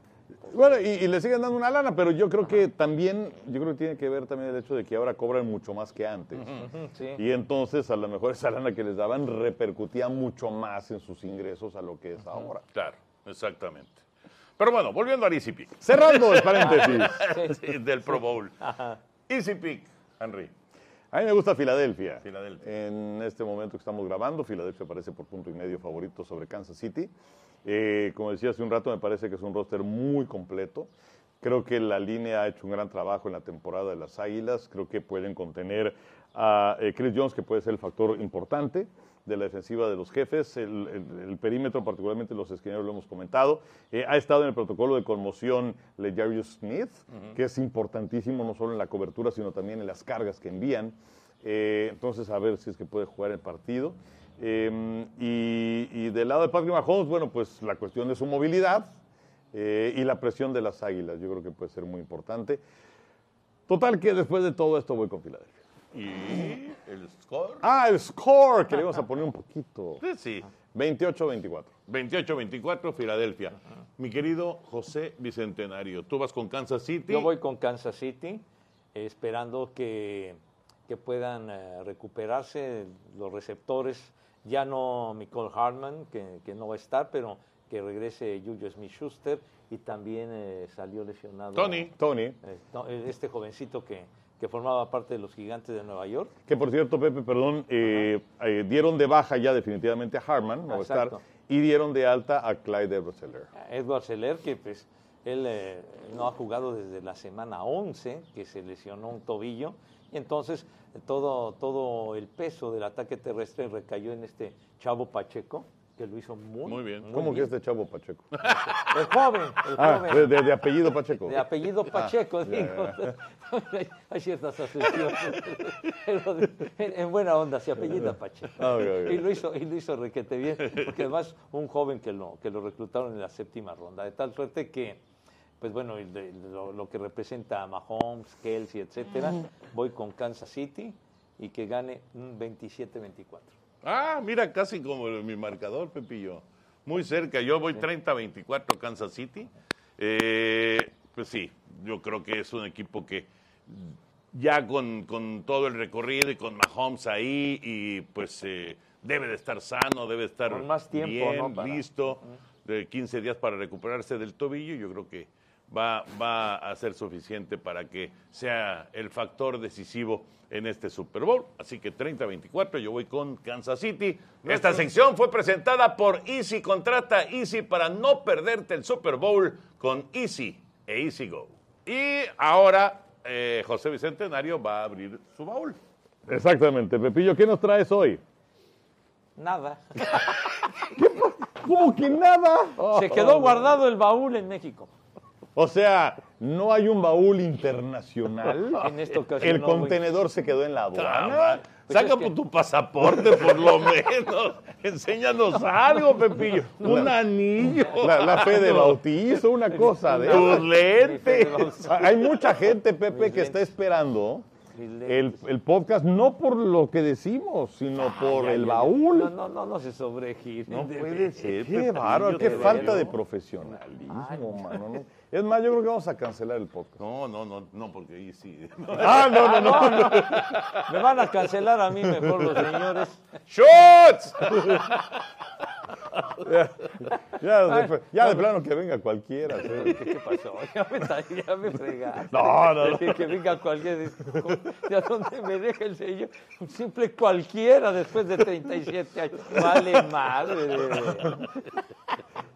Speaker 2: Bueno, y, y le siguen dando una lana, pero yo creo que también, yo creo que tiene que ver también el hecho de que ahora cobran mucho más que antes.
Speaker 1: Mm.
Speaker 3: Sí.
Speaker 2: Y entonces a lo mejor esa lana que les daban repercutía mucho más en sus ingresos a lo que es ahora.
Speaker 1: Claro, exactamente. Pero bueno, volviendo al Easy Pick.
Speaker 2: Cerrando el paréntesis.
Speaker 1: del Pro Bowl. Easy Pick, Henry.
Speaker 2: A mí me gusta Filadelfia.
Speaker 1: Filadelfia.
Speaker 2: En este momento que estamos grabando, Filadelfia parece por punto y medio favorito sobre Kansas City. Eh, como decía hace un rato, me parece que es un roster muy completo. Creo que la línea ha hecho un gran trabajo en la temporada de las Águilas. Creo que pueden contener a eh, Chris Jones, que puede ser el factor importante de la defensiva de los jefes. El, el- el perímetro, particularmente los esquineros, lo hemos comentado. Eh, ha estado en el protocolo de conmoción Lejarius Smith, que es importantísimo no solo en la cobertura, sino también en las cargas que envían. Eh, entonces, a ver si es que puede jugar el partido. Eh, y, y del lado de Patrick Mahomes, bueno, pues la cuestión de su movilidad eh, y la presión de las águilas, yo creo que puede ser muy importante. Total, que después de todo esto voy con Filadelfia.
Speaker 1: Y el score.
Speaker 2: Ah, el score, que le íbamos a poner un poquito.
Speaker 1: Sí, sí.
Speaker 2: 28-24.
Speaker 1: 28-24, Filadelfia. Mi querido José Bicentenario, tú vas con Kansas City.
Speaker 3: Yo voy con Kansas City, eh, esperando que, que puedan eh, recuperarse los receptores. Ya no Nicole Hartman, que, que no va a estar, pero que regrese Julio Smith Schuster y también eh, salió lesionado.
Speaker 1: Tony.
Speaker 2: Tony,
Speaker 3: eh, no, eh, este jovencito que, que formaba parte de los gigantes de Nueva York.
Speaker 2: que por cierto, Pepe, perdón, eh, eh, dieron de baja ya definitivamente a Harman, no va a estar,
Speaker 3: Exacto.
Speaker 2: y dieron de alta a Clyde Everseller.
Speaker 3: a Edward Seller, que pues él eh, no ha jugado desde la semana 11, que se lesionó un tobillo, y entonces eh, todo, todo el peso del ataque terrestre recayó en este chavo Pacheco, que lo hizo muy,
Speaker 1: Muy bien.
Speaker 2: ¿Cómo que es de Chavo Pacheco?
Speaker 3: El joven, el
Speaker 2: Ah,
Speaker 3: joven.
Speaker 2: de, de- de apellido Pacheco. Ah,
Speaker 3: De apellido Pacheco, digo. Hay ciertas asociaciones. Pero de- en, en buena onda, se apellida Pacheco.
Speaker 2: Ah, ok, ok.
Speaker 3: Y lo hizo, y lo hizo requete bien. Porque además, un joven que lo, que lo reclutaron en la séptima ronda. De tal suerte que, pues bueno, el de- lo, lo que representa a Mahomes, Kelsey, etcétera, voy con Kansas City y que gane un 27-24.
Speaker 1: Ah, mira, casi como mi marcador, Pepillo. Muy cerca. Yo voy 30-24 Kansas City. Eh, pues sí, yo creo que es un equipo que ya con, con todo el recorrido y con Mahomes ahí, y pues eh, debe de estar sano, debe de estar
Speaker 3: Con más tiempo,
Speaker 1: bien,
Speaker 3: ¿no? Para-
Speaker 1: listo, de 15 días para recuperarse del tobillo, yo creo que va, va a ser suficiente para que sea el factor decisivo en este Super Bowl. Así que 30-24, yo voy con Kansas City. Esta sección fue presentada por Easy. Contrata Easy para no perderte el Super Bowl con Easy e Easy Go. Y ahora eh, José Bicentenario va a abrir su baúl.
Speaker 2: Exactamente. Pepillo, ¿qué nos traes hoy?
Speaker 3: Nada.
Speaker 2: ¿Cómo que nada?
Speaker 3: Se quedó guardado el baúl en México.
Speaker 2: O sea, no hay un baúl internacional.
Speaker 3: En esta ocasión
Speaker 2: Ah, El
Speaker 3: no,
Speaker 2: contenedor se quedó en la
Speaker 1: Ah,
Speaker 2: aduana.
Speaker 3: Pues
Speaker 1: Saca
Speaker 3: es que-
Speaker 1: tu pasaporte, por lo menos. Enséñanos algo, Pepillo. Un anillo.
Speaker 2: La, la fe de bautizo, una cosa de
Speaker 1: Tus
Speaker 2: esas. Ah,
Speaker 1: lentes.
Speaker 2: Hay mucha gente, Pepe, que está esperando
Speaker 3: güey.
Speaker 2: el, el podcast no por lo que decimos, sino por
Speaker 3: Ay, ay, ay.
Speaker 2: el
Speaker 3: No,
Speaker 2: baúl.
Speaker 3: no, no, no se sobregiren.
Speaker 2: No
Speaker 3: de
Speaker 2: puede
Speaker 3: veras.
Speaker 2: ser. Qué
Speaker 1: Pepillo,
Speaker 2: bárbaro, qué
Speaker 1: de
Speaker 2: falta
Speaker 1: verdad.
Speaker 2: de profesionalismo, mano. no. Es más, yo creo que vamos a cancelar el podcast.
Speaker 1: No, no, no, no, porque ahí sí.
Speaker 2: Ah, no, no, no.
Speaker 3: Me van a cancelar a mí mejor los señores.
Speaker 1: ¡Shots!
Speaker 2: Ya, de, pl- ya de plano que venga cualquiera. sí.
Speaker 3: ¿Qué, qué pasó? Ya me, sa- ya me fregaste.
Speaker 2: No, no, no.
Speaker 3: Que, que venga cualquiera. ¿De a dónde me deja el señor? Un simple cualquiera después de 37 años. Vale madre. de veras.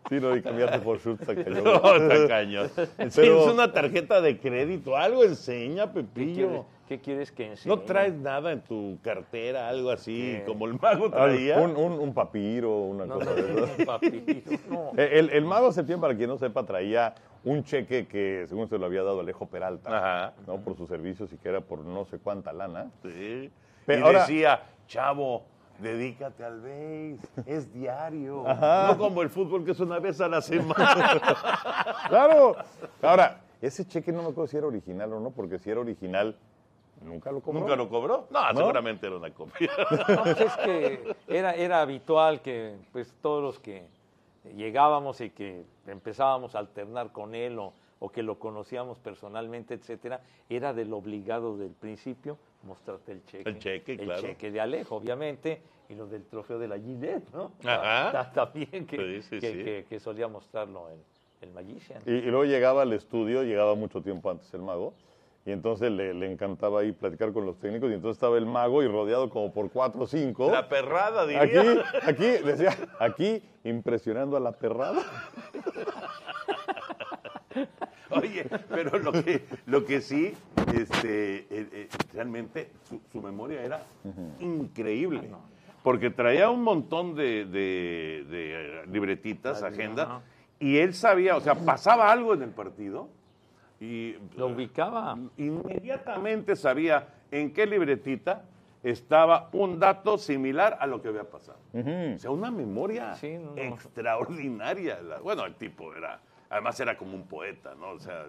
Speaker 2: Sí, no, y cambiarte por Schultz a Cayón.
Speaker 1: No, está cañón.
Speaker 2: Pero-
Speaker 1: Tienes una tarjeta de crédito, algo enseña,
Speaker 3: ¿Qué quieres,
Speaker 1: Pepillo.
Speaker 3: qué quieres que enseñe?
Speaker 1: No traes nada en tu cartera, algo así, como el mago
Speaker 2: Ah,
Speaker 1: traía.
Speaker 2: Un, un- un papiro, una
Speaker 3: No, no,
Speaker 2: cosa de
Speaker 3: no,
Speaker 2: esas.
Speaker 3: no, papito, no.
Speaker 2: Eh, El, el mago septiembre, para quien no sepa, traía un cheque que según se lo había dado Alejo Peralta,
Speaker 1: Ajá.
Speaker 2: ¿no? Por sus servicios y que era por no sé cuánta lana.
Speaker 1: Sí.
Speaker 2: Pero
Speaker 1: y
Speaker 2: ahora-
Speaker 1: decía, chavo, dedícate al béis, es diario. No como el fútbol que es una vez a la semana.
Speaker 2: ¡Claro! Ahora, ese cheque no me acuerdo si era original o no, porque si era original, nunca lo compró.
Speaker 1: ¿Nunca lo cobró? No, seguramente era una copia.
Speaker 3: No, pues es que era, era habitual que pues todos los que llegábamos y que empezábamos a alternar con él o, o que lo conocíamos personalmente, etcétera, era del obligado del principio mostrarte el cheque.
Speaker 1: El cheque, claro.
Speaker 3: cheque de Alejo, obviamente, y lo del trofeo de la Gillette, ¿no?
Speaker 1: Ajá.
Speaker 3: Ta- También que,
Speaker 1: Sí, sí,
Speaker 3: que-
Speaker 1: sí.
Speaker 3: que- que solía mostrarlo el, el Magician.
Speaker 2: Y, y luego llegaba al estudio, llegaba mucho tiempo antes el mago, y entonces le, le encantaba ahí platicar con los técnicos, y entonces estaba el mago y rodeado como por cuatro o cinco.
Speaker 1: La perrada, diría.
Speaker 2: Aquí, aquí, decía, aquí impresionando a la perrada.
Speaker 1: Oye, pero lo que, lo que sí, este, eh, eh, realmente su, su memoria era increíble. Porque traía un montón de, de- de, eh, libretitas, agendas, y él sabía, o sea, pasaba algo en el partido y
Speaker 3: Lo ubicaba.
Speaker 1: inmediatamente sabía en qué libretita estaba un dato similar a lo que había pasado. O sea, una memoria
Speaker 3: Sí, no, no.
Speaker 1: extraordinaria. La- bueno, el tipo era, además era como un poeta, ¿no? O sea,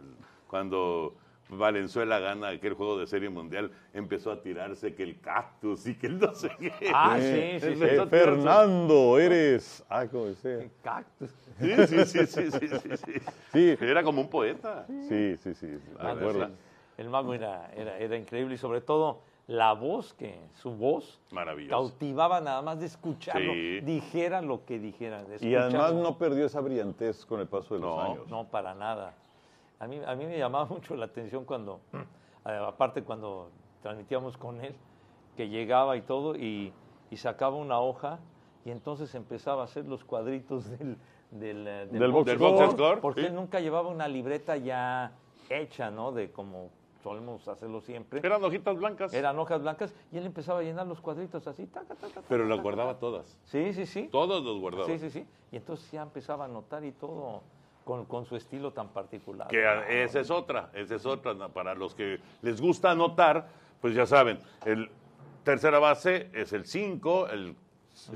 Speaker 1: cuando Valenzuela gana aquel juego de serie mundial, empezó a tirarse que el cactus y que el no sé qué.
Speaker 3: Ah, sí, sí, sí.
Speaker 2: Eh, Fernando, eres. Ah, como sea.
Speaker 3: Cactus.
Speaker 1: Sí, sí, sí, sí, sí, sí, sí.
Speaker 2: Sí.
Speaker 1: Era como un poeta.
Speaker 2: Sí, sí, sí. sí, me
Speaker 3: Ah, no,
Speaker 2: acuerdo.
Speaker 3: sí. El mago era, era, era increíble y sobre todo la voz, que su voz
Speaker 1: Maravilloso.
Speaker 3: cautivaba nada más de escucharlo,
Speaker 1: Sí.
Speaker 3: dijera lo que dijera. de
Speaker 2: Y además
Speaker 3: escucharlo.
Speaker 2: no perdió esa brillantez con el paso de los
Speaker 1: No.
Speaker 2: años.
Speaker 3: No, para nada. A mí, a mí me llamaba mucho la atención cuando, eh, aparte cuando transmitíamos con él, que llegaba y todo, y, y sacaba una hoja y entonces empezaba a hacer los cuadritos del, del, eh,
Speaker 2: Del box
Speaker 1: Del box score,
Speaker 3: Porque
Speaker 1: sí.
Speaker 3: él nunca llevaba una libreta ya hecha, ¿no? De como solemos hacerlo siempre.
Speaker 1: Eran hojitas blancas.
Speaker 3: Eran hojas blancas y él empezaba a llenar los cuadritos así, taca, taca, taca.
Speaker 1: Pero las guardaba todas.
Speaker 3: Sí, sí, sí.
Speaker 1: Todos los guardaba.
Speaker 3: Sí, sí, sí. Y entonces ya empezaba a notar y todo con, con su estilo tan particular.
Speaker 1: Que a- esa es otra, esa es otra. na- Para los que les gusta anotar, pues ya saben, el tercera base es el 5, el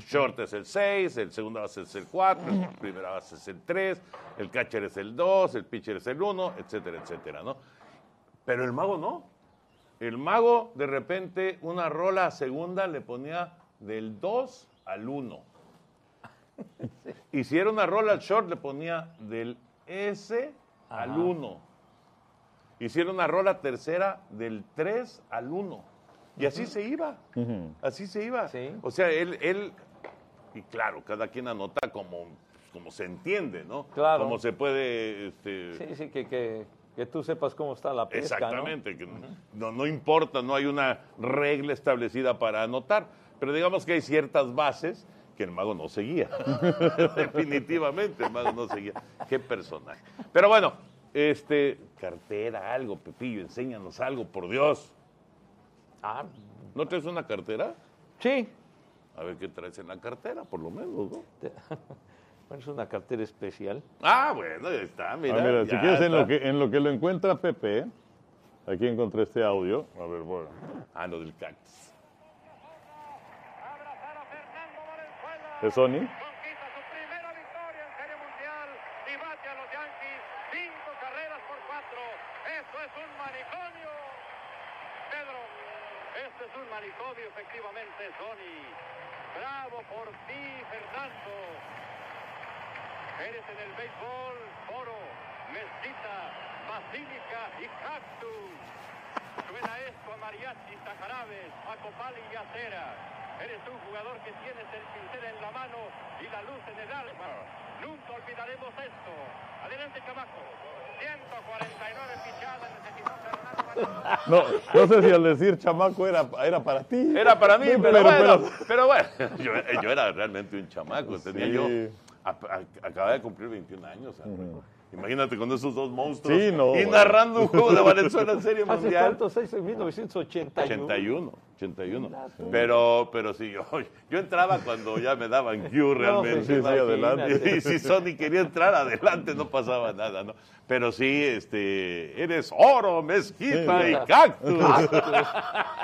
Speaker 1: short es el 6, el segunda base es el 4, el primera base es el 3, el catcher es el 2, el pitcher es el 1, etcétera, etcétera, ¿no? Pero el mago no. El mago, de repente, una rola a segunda le ponía del 2 al 1. Y si era una rola al short, le ponía del S al 1. Hicieron una rola tercera del 3 al 1. Y así se iba. Así se iba.
Speaker 3: Sí.
Speaker 1: O sea, él, él, y claro, cada quien anota como, como se entiende, ¿no?
Speaker 3: Claro.
Speaker 1: Como se puede... este,
Speaker 3: Sí, sí, que, que, que tú sepas cómo está la pesca, ¿no?
Speaker 1: Exactamente, que no, no importa, no hay una regla establecida para anotar, pero digamos que hay ciertas bases que el mago no seguía. Definitivamente el mago no seguía. Qué personaje. Pero bueno, este cartera, algo, Pepillo, enséñanos algo, por Dios.
Speaker 3: Ah,
Speaker 1: ¿No traes una cartera?
Speaker 3: sí.
Speaker 1: A ver qué traes en la cartera, por lo menos, ¿no?
Speaker 3: Bueno, es una cartera especial.
Speaker 1: Ah, bueno, ahí está, mira.
Speaker 2: Ah, mira, si
Speaker 1: ya
Speaker 2: quieres, en
Speaker 1: está.
Speaker 2: lo, que, en lo que lo encuentra Pepe, aquí encontré este audio. A ver, bueno.
Speaker 1: Ah, lo del cactus.
Speaker 2: ¿Es Sony?
Speaker 6: Conquista su primera victoria en Serie Mundial y bate a los Yankees cinco carreras por cuatro. Eso es un manicomio. Pedro, esto es un manicomio efectivamente, Sony. Bravo por ti, Fernando. Eres en el béisbol oro, mesita, basílica y cactus. Suena esto a mariachi, a jarabes, a copal y a cera. Eres un jugador que tienes el pincel en la mano y la luz en el alma. Nunca olvidaremos esto. Adelante, Camacho. 149 pichadas necesitó Fernando Martín.
Speaker 2: No, no sé si al decir chamaco era, era para ti.
Speaker 1: Era para mí,
Speaker 2: No,
Speaker 1: pero, bueno, pero bueno, yo, yo era realmente un chamaco, tenía
Speaker 2: Sí.
Speaker 1: yo, a- a- acababa de cumplir 21 años. Alfredo. Imagínate con esos dos monstruos
Speaker 2: Sí, no,
Speaker 1: y
Speaker 2: bueno.
Speaker 1: narrando un juego de Valenzuela en Serie
Speaker 3: ¿Hace
Speaker 1: Mundial.
Speaker 3: cuántos años? En 1981.
Speaker 1: 81, 81. Pero, pero sí, yo, yo entraba cuando ya me daban cue realmente.
Speaker 3: pues,
Speaker 2: sí, adelante.
Speaker 1: Y si Sony quería entrar adelante, no pasaba nada, ¿no? Pero sí, este, eres oro, mezquita y cactus.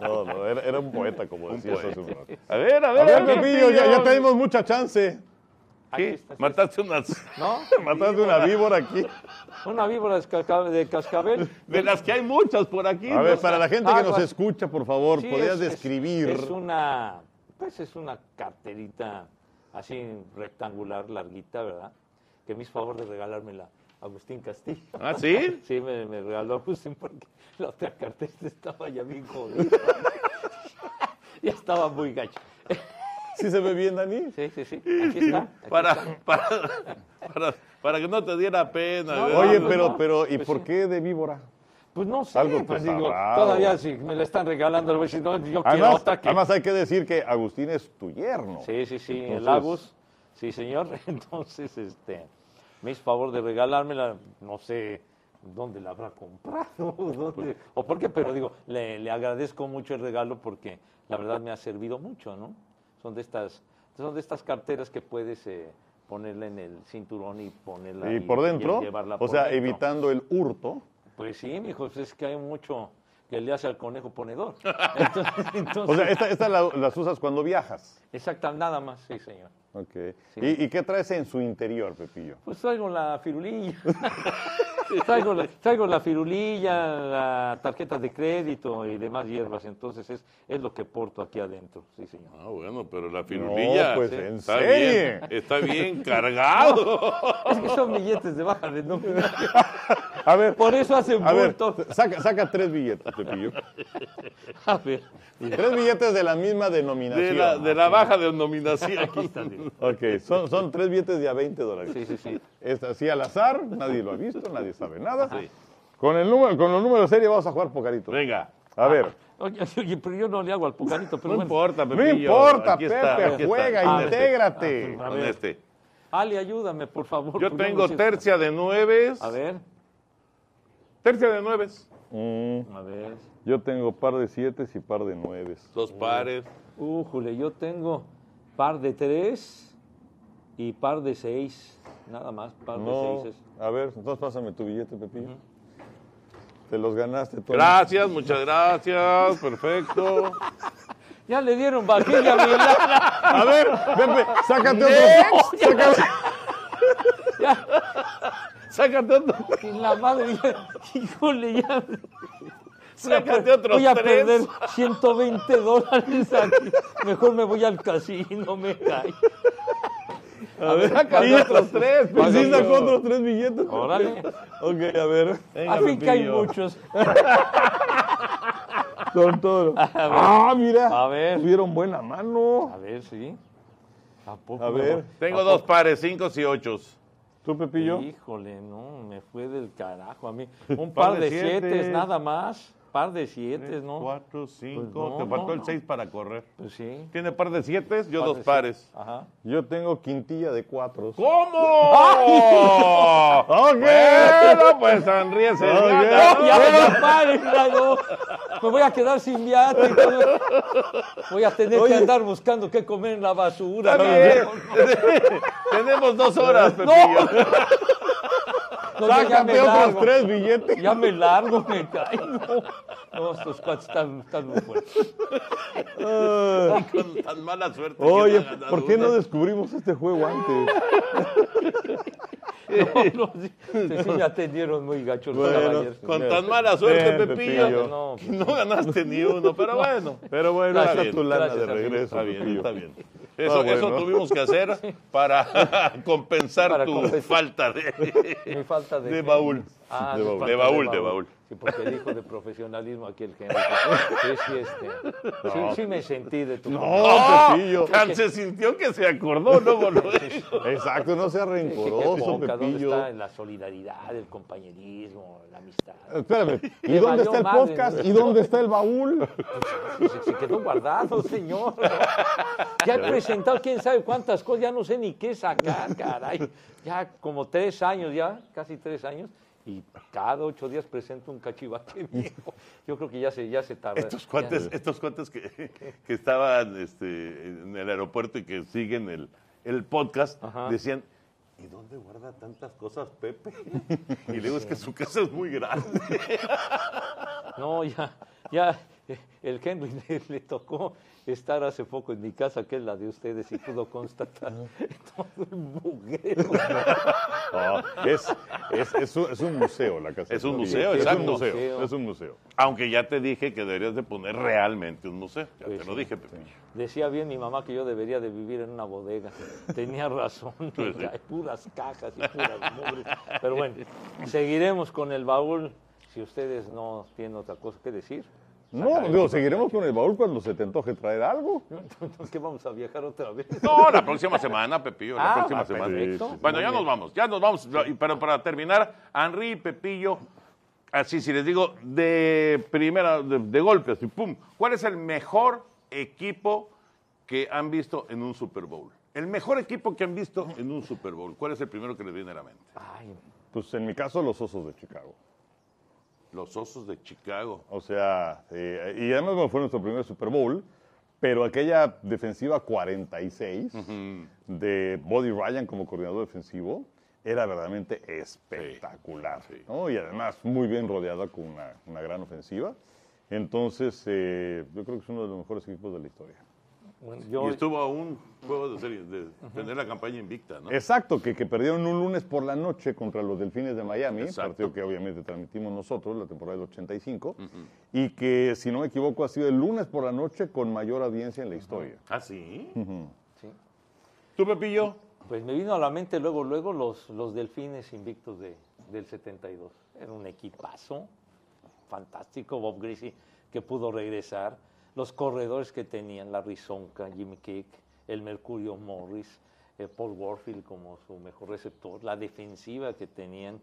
Speaker 2: No, no, era, era un poeta, como decías hace un rato.
Speaker 1: A ver, a
Speaker 2: A
Speaker 1: ver,
Speaker 2: ver, Pepillo, ya, ya te dimos mucha chance.
Speaker 3: Aquí
Speaker 1: ¿Qué?
Speaker 3: está, sí.
Speaker 1: Mataste unas.
Speaker 3: ¿No?
Speaker 2: Mataste una víbora aquí.
Speaker 3: Una víbora de casca- de cascabel.
Speaker 1: De las que hay muchas por aquí.
Speaker 2: A
Speaker 1: ¿no?
Speaker 2: ver, para la gente que nos
Speaker 3: Aguas.
Speaker 2: escucha, por favor,
Speaker 3: Sí,
Speaker 2: ¿podrías
Speaker 3: es- es-
Speaker 2: describir?
Speaker 3: Es, una, pues es una carterita así rectangular, larguita, ¿verdad? Que me hizo favor de regalármela Agustín Castillo.
Speaker 1: ¿Ah, sí?
Speaker 3: Sí, me, me regaló Agustín porque la otra cartera estaba ya bien jodida. ya estaba muy gacho. Eh,
Speaker 2: ¿Sí se ve bien, Dani?
Speaker 3: Sí, sí, sí. Aquí está. aquí está.
Speaker 1: Para, para, para, para que no te diera pena.
Speaker 3: No,
Speaker 1: ¿verdad?
Speaker 2: Oye,
Speaker 3: no,
Speaker 2: pero,
Speaker 3: no.
Speaker 2: pero, ¿y
Speaker 3: Pues
Speaker 2: por
Speaker 3: sí.
Speaker 2: qué de víbora?
Speaker 3: Pues no sé,
Speaker 2: Algo
Speaker 3: pues
Speaker 2: te
Speaker 3: digo,
Speaker 2: sabrá,
Speaker 3: todavía
Speaker 2: o-
Speaker 3: si me la están regalando, le voy a decir, no, yo quiero
Speaker 2: Además,
Speaker 3: otra que...
Speaker 2: además hay que decir que Agustín es tu yerno.
Speaker 3: Sí, sí, sí, el
Speaker 2: Entonces-
Speaker 3: Agus. Sí, señor. Entonces, este, me hizo favor de regalármela. No sé dónde la habrá comprado dónde- o por qué, pero digo, le, le agradezco mucho el regalo porque la verdad me ha servido mucho, ¿no? Son de estas, son de estas carteras que puedes eh, ponerla en el cinturón y ponerla
Speaker 2: Y por dentro,
Speaker 3: llevarla
Speaker 2: o
Speaker 3: por
Speaker 2: sea,
Speaker 3: dentro.
Speaker 2: evitando el hurto.
Speaker 3: Pues sí, mijo, pues es que hay mucho que le hace al conejo ponedor. Entonces,
Speaker 2: O sea, estas esta la- las usas cuando viajas.
Speaker 3: exacta, nada más, sí, señor.
Speaker 2: Ok.
Speaker 3: Sí.
Speaker 2: ¿Y, y qué traes en su interior, Pepillo?
Speaker 3: Pues traigo la firulilla. traigo, la, traigo la firulilla, la tarjeta de crédito y demás hierbas. Entonces es, es lo que porto aquí adentro. Sí, señor.
Speaker 1: Ah, bueno, pero la firulilla.
Speaker 2: No, pues,
Speaker 1: sí,
Speaker 2: en
Speaker 1: está
Speaker 2: serie.
Speaker 1: Bien, está bien cargado.
Speaker 3: Es que son billetes de baja de nómina.
Speaker 2: A ver,
Speaker 3: Por eso hacen
Speaker 2: a ver,
Speaker 3: bulto.
Speaker 2: saca, saca tres billetes, Pepillo.
Speaker 3: A ver.
Speaker 2: Tres billetes de la misma denominación.
Speaker 1: De la, de la baja denominación.
Speaker 2: Ok, son, son tres billetes de a 20 dólares.
Speaker 3: Sí, sí, sí.
Speaker 2: Es así al azar, nadie lo ha visto, nadie sabe nada. Con, el número, con los números de serie vamos a jugar pocarito.
Speaker 1: Venga.
Speaker 2: A ver,
Speaker 3: Oye, oye, pero yo no le hago al pucarito, pero
Speaker 1: No
Speaker 3: bueno.
Speaker 1: importa,
Speaker 2: no
Speaker 1: Pepillo,
Speaker 2: importa,
Speaker 1: aquí
Speaker 2: Pepe,
Speaker 1: está, aquí está.
Speaker 2: juega,
Speaker 1: Con este,
Speaker 2: intégrate.
Speaker 3: A
Speaker 1: con
Speaker 3: ver.
Speaker 1: este.
Speaker 3: Ale, ayúdame, por favor.
Speaker 1: Yo
Speaker 3: porque
Speaker 1: tengo
Speaker 3: no sé-
Speaker 1: tercia de nueves.
Speaker 3: A ver,
Speaker 1: Tercia de nueves.
Speaker 3: a ver.
Speaker 2: Yo tengo par de siete y par de nueves.
Speaker 1: Dos pares.
Speaker 3: Újule, yo tengo par de tres y par de seis. Nada más, par de
Speaker 2: No,
Speaker 3: seis.
Speaker 2: a ver, entonces pásame tu billete, Pepillo. Te los ganaste todos.
Speaker 1: Gracias, muchas gracias. Perfecto.
Speaker 3: Ya le dieron vaquilla a mi lana.
Speaker 2: A ver, Pepe, sácate
Speaker 1: ¿Eh?
Speaker 2: otro. Sácate-
Speaker 1: Sácate otro.
Speaker 3: Y la madre, ya, híjole, ya. voy
Speaker 1: Sácate
Speaker 3: per-
Speaker 1: otros
Speaker 3: Voy a
Speaker 1: tres.
Speaker 3: perder 120 dólares aquí. Mejor me voy al casino, me cae.
Speaker 2: A ver,
Speaker 1: Saca otros tres.
Speaker 2: pues sí
Speaker 1: Pepillo.
Speaker 2: sacó otros tres billetes.
Speaker 3: Órale.
Speaker 5: Ok, a ver.
Speaker 1: Venga,
Speaker 3: A fin que hay
Speaker 1: Pepillo.
Speaker 3: muchos.
Speaker 5: Toro. Ah, mira.
Speaker 3: A ver.
Speaker 5: Tuvieron buena mano.
Speaker 3: A ver, sí. ¿A poco?
Speaker 5: A ver.
Speaker 1: Tengo dos pares, cinco y ocho.
Speaker 5: ¿Tú, Pepillo?
Speaker 3: Híjole, no, me fue del carajo a mí. Un
Speaker 1: Par
Speaker 3: par
Speaker 1: de
Speaker 3: de siete
Speaker 1: siete.
Speaker 3: nada más. Par de siete, ¿no?
Speaker 1: Cuatro, cinco.
Speaker 3: Pues no,
Speaker 1: Te faltó
Speaker 3: no,
Speaker 1: el
Speaker 3: no.
Speaker 1: seis para correr.
Speaker 3: Pues sí.
Speaker 1: Tiene par de siete, yo
Speaker 3: Par
Speaker 1: dos
Speaker 3: de siete.
Speaker 1: pares.
Speaker 3: Ajá.
Speaker 5: Yo tengo quintilla de cuatros.
Speaker 1: ¿Cómo? Bueno, pues sonríese. gana, ¿no?
Speaker 3: Ya me da pares, mira, no. Me voy a quedar sin viate. Voy a tener que andar buscando qué comer en la basura.
Speaker 1: Está bien. Tenemos dos horas, Pepillo.
Speaker 3: No, yo ya me
Speaker 2: Sácate otros
Speaker 3: largo.
Speaker 2: tres billetes.
Speaker 3: Ya me largo, me caigo. No, estos cuates están, están muy fuertes.
Speaker 1: Con tan mala suerte. que
Speaker 5: Oye,
Speaker 1: no ha ganado
Speaker 5: ¿por qué no
Speaker 1: una.
Speaker 5: descubrimos este juego antes?
Speaker 3: No, sí, sí, sí me atendieron muy gachos los
Speaker 5: Bueno,
Speaker 3: caballeros.
Speaker 1: Con tan mala suerte,
Speaker 5: Bien,
Speaker 1: Pepillo,
Speaker 5: Pepillo.
Speaker 3: No,
Speaker 1: que no ganaste ni uno, pero bueno.
Speaker 5: Pero bueno,
Speaker 3: Gracias,
Speaker 5: saca tu lana de
Speaker 3: gracias, amigo.
Speaker 5: regreso.
Speaker 1: Está bien,
Speaker 5: Pepillo.
Speaker 1: está bien. Eso,
Speaker 5: bueno.
Speaker 1: eso tuvimos que hacer para compensar
Speaker 3: Para
Speaker 1: tu
Speaker 3: compensar.
Speaker 1: falta de...
Speaker 3: Mi falta de,
Speaker 1: De
Speaker 3: genio.
Speaker 1: baúl.
Speaker 3: Ah,
Speaker 1: De
Speaker 3: mi
Speaker 1: baúl.
Speaker 3: falta
Speaker 1: De baúl, de baúl.
Speaker 3: Sí, porque dijo de profesionalismo aquí el género. Sí, sí, este. Sí, sí me sentí de tu.
Speaker 5: No, Pepillo.
Speaker 1: Tan Ah, se sintió que se acordó, ¿no? Con lo de-
Speaker 5: Exacto, no sea
Speaker 3: Qué- qué
Speaker 5: rencoroso,
Speaker 3: poca, ¿Dónde
Speaker 5: Pepillo.
Speaker 3: está la solidaridad, el compañerismo, la amistad?
Speaker 5: Espérame, ¿y dónde
Speaker 3: Le valió
Speaker 5: está el
Speaker 3: madre,
Speaker 5: podcast?
Speaker 3: ¿no?
Speaker 5: ¿Y dónde está el baúl?
Speaker 3: Se, se quedó guardado, señor. Ya he presentado quién sabe cuántas cosas, ya no sé ni qué sacar, caray. Ya como tres años, ya casi tres años, y cada ocho días presento un cachivache viejo. Yo creo que ya se, ya se tarda.
Speaker 1: Estos cuates, estos cuates que, que estaban este, en el aeropuerto y que siguen el, el podcast
Speaker 3: Ajá.
Speaker 1: decían, ¿y dónde guarda tantas cosas Pepe? Y le digo, es que su casa es muy grande.
Speaker 3: No, ya, ya. eh, El Henry le, le tocó estar hace poco en mi casa, que es la de ustedes, y pudo constatar todo el mugrero.
Speaker 2: Ah, es, es, es un, es un museo la casa. de
Speaker 1: Es un
Speaker 2: Florida.
Speaker 1: museo,
Speaker 2: es
Speaker 1: exacto.
Speaker 2: un museo. Es un museo.
Speaker 1: Aunque ya te dije que deberías de poner realmente un museo. Ya
Speaker 3: Pues
Speaker 1: te lo
Speaker 3: sí,
Speaker 1: dije, Pepe.
Speaker 3: Decía bien mi mamá que yo debería de vivir en una bodega. Tenía razón,
Speaker 1: Pues
Speaker 3: hay puras cajas y puras mugres. Pero bueno, seguiremos con el baúl si ustedes no tienen otra cosa que decir.
Speaker 2: No, digo, seguiremos con el baúl cuando se te antoje traer algo.
Speaker 3: Entonces, ¿qué vamos a viajar otra vez?
Speaker 1: No, la próxima semana, Pepillo, la
Speaker 3: Ah,
Speaker 1: próxima
Speaker 3: ah,
Speaker 1: semana.
Speaker 3: perfecto. Sí, sí, sí.
Speaker 1: Bueno, ya
Speaker 3: Muy
Speaker 1: nos vamos, ya nos vamos. Y- Pero para terminar, Henry y Pepillo, así si les digo, de primera, de, de golpe, así, pum. ¿Cuál es el mejor equipo que han visto en un Super Bowl? El mejor equipo que han visto en un Super Bowl. ¿Cuál es el primero que les viene a la mente?
Speaker 3: Ay,
Speaker 2: Pues en mi caso, los osos de Chicago.
Speaker 1: Los Osos de Chicago.
Speaker 2: O sea, eh, y además bueno, fue nuestro primer Super Bowl, pero aquella defensiva 46 de Buddy Ryan como coordinador defensivo era verdaderamente espectacular, ¿no? Y además muy bien rodeada con una, una gran ofensiva. Entonces, eh, yo creo que es uno de los mejores equipos de la historia.
Speaker 3: bueno,
Speaker 1: Y
Speaker 3: yo,
Speaker 1: estuvo a un juego de, serie, de tener la campaña invicta, ¿no?
Speaker 2: Exacto, que, que perdieron un lunes por la noche contra los Delfines de Miami,
Speaker 1: Exacto.
Speaker 2: partido que obviamente transmitimos nosotros, la temporada del 85, y que, si no me equivoco, ha sido el lunes por la noche con mayor audiencia en la historia.
Speaker 1: ¿Ah, sí?
Speaker 3: sí.
Speaker 1: ¿Tú, Pepillo?
Speaker 3: Pues me vino a la mente luego, luego los, los delfines invictos de, del 72. Era un equipazo fantástico, Bob Greasy, que pudo regresar. Los corredores que tenían, la Rizonca, Jimmy Kick, el Mercurio Morris, eh, Paul Warfield como su mejor receptor, la defensiva que tenían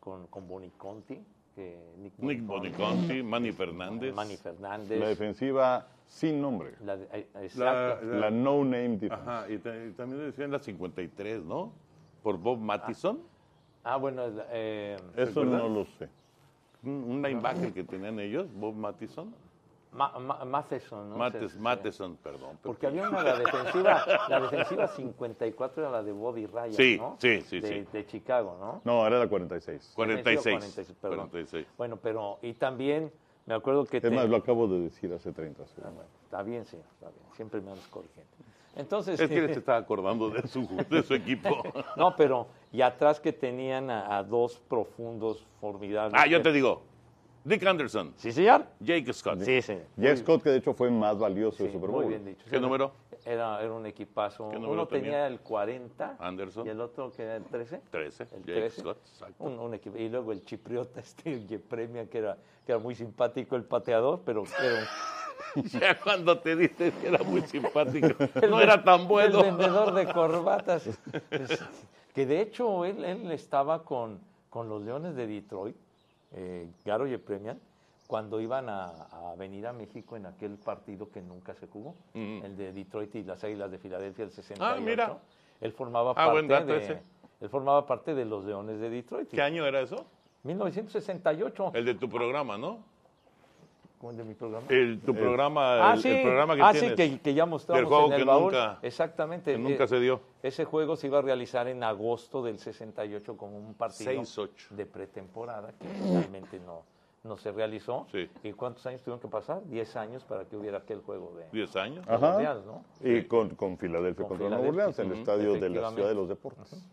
Speaker 3: con, con Boniconti, que Nick,
Speaker 1: Nick Boniconti, Manny Fernández.
Speaker 3: Manny Fernández.
Speaker 2: La defensiva sin nombre,
Speaker 3: la de- eh,
Speaker 1: Ah,
Speaker 3: Ah,
Speaker 1: La-
Speaker 3: exacto.
Speaker 2: la, no name defense.
Speaker 1: Ajá, y, ta- y también decían la 53, ¿no? Por Bob Mattison,
Speaker 3: Ah, bueno, la- eh,
Speaker 2: Eso
Speaker 1: ¿Recuerdas?
Speaker 2: no lo sé.
Speaker 3: Ah.
Speaker 1: un, un linebacker que tenían ellos, Bob Mattison.
Speaker 3: Ma- Ma- Matheson, ¿no?
Speaker 1: Mates,
Speaker 3: Se-
Speaker 1: Matheson, perdón.
Speaker 3: Porque había una, la defensiva, la defensiva 54 era la de Bobby Ryan,
Speaker 1: Sí,
Speaker 3: ¿no?
Speaker 1: sí, sí,
Speaker 3: de,
Speaker 1: sí.
Speaker 3: de Chicago, ¿no?
Speaker 2: No, era la 46.
Speaker 1: 46.
Speaker 3: 46, perdón.
Speaker 1: 46.
Speaker 3: Bueno, pero, y también, me acuerdo que...
Speaker 2: Es
Speaker 3: te-
Speaker 2: más, lo acabo de decir hace 30
Speaker 3: Ah,
Speaker 2: segundos.
Speaker 3: bueno, está bien, señor, está bien. Siempre me andas corrigiendo. Entonces...
Speaker 1: Es que él se estaba acordando de su, de su equipo.
Speaker 3: no, pero, y atrás que tenían a, a dos profundos formidables.
Speaker 1: Ah, yo te digo. Dick Anderson,
Speaker 3: ¿Sí, señor?
Speaker 1: Jake Scott.
Speaker 3: Sí, señor.
Speaker 2: Jeff Scott, que de hecho fue más valioso
Speaker 3: Sí,
Speaker 2: de Super Bowl.
Speaker 3: muy bien dicho.
Speaker 1: ¿Qué número?
Speaker 3: Era, era un equipazo.
Speaker 1: ¿Qué número
Speaker 3: Uno tenía
Speaker 1: tenía?
Speaker 3: el 40
Speaker 1: Anderson.
Speaker 3: y el otro que era el 13.
Speaker 1: 13,
Speaker 3: El
Speaker 1: Jake
Speaker 3: 13.
Speaker 1: Scott, exacto.
Speaker 3: Un- un equipo. Y luego el chipriota, este Premia, que era, que era muy simpático el pateador, pero que era un-
Speaker 1: Ya cuando te dices que era muy simpático, no era tan bueno.
Speaker 3: El vendedor de corbatas. Es- que de hecho él, él estaba con, con los Leones de Detroit, eh, Garo y Premian, cuando iban a, a venir a México en aquel partido que nunca se jugó, el de Detroit y las Águilas de Filadelfia, el 68.
Speaker 1: Mm. Ah, mira.
Speaker 3: Él formaba,
Speaker 1: Ah, buen
Speaker 3: parte
Speaker 1: dato
Speaker 3: de,
Speaker 1: ese.
Speaker 3: él formaba parte de los Leones de Detroit.
Speaker 1: ¿Qué año era eso?
Speaker 3: 1968,
Speaker 1: El de tu programa, ¿no?
Speaker 3: como de mi programa.
Speaker 1: El, tu programa,
Speaker 3: Ah,
Speaker 1: el,
Speaker 3: sí,
Speaker 1: el programa que
Speaker 3: ah, sí,
Speaker 1: tienes.
Speaker 3: que, que ya mostramos
Speaker 1: Del juego
Speaker 3: en el
Speaker 1: que
Speaker 3: baúl.
Speaker 1: nunca-
Speaker 3: Exactamente.
Speaker 1: que nunca
Speaker 3: Eh,
Speaker 1: se dio.
Speaker 3: Ese juego se iba a realizar en agosto del 68 como un partido
Speaker 1: 6-8.
Speaker 3: de pretemporada que realmente no, no se realizó.
Speaker 1: Sí.
Speaker 3: ¿Y cuántos años tuvieron que pasar? Diez años para que hubiera aquel juego de, de
Speaker 1: ¿10 años?
Speaker 5: Ajá.
Speaker 3: mundial, ¿no?
Speaker 5: Y con, con Filadelfia
Speaker 3: Con
Speaker 5: contra Nueva
Speaker 3: Filadelfia.
Speaker 5: Orleans, el estadio de la
Speaker 3: Efectivamente.
Speaker 5: Ciudad de los Deportes.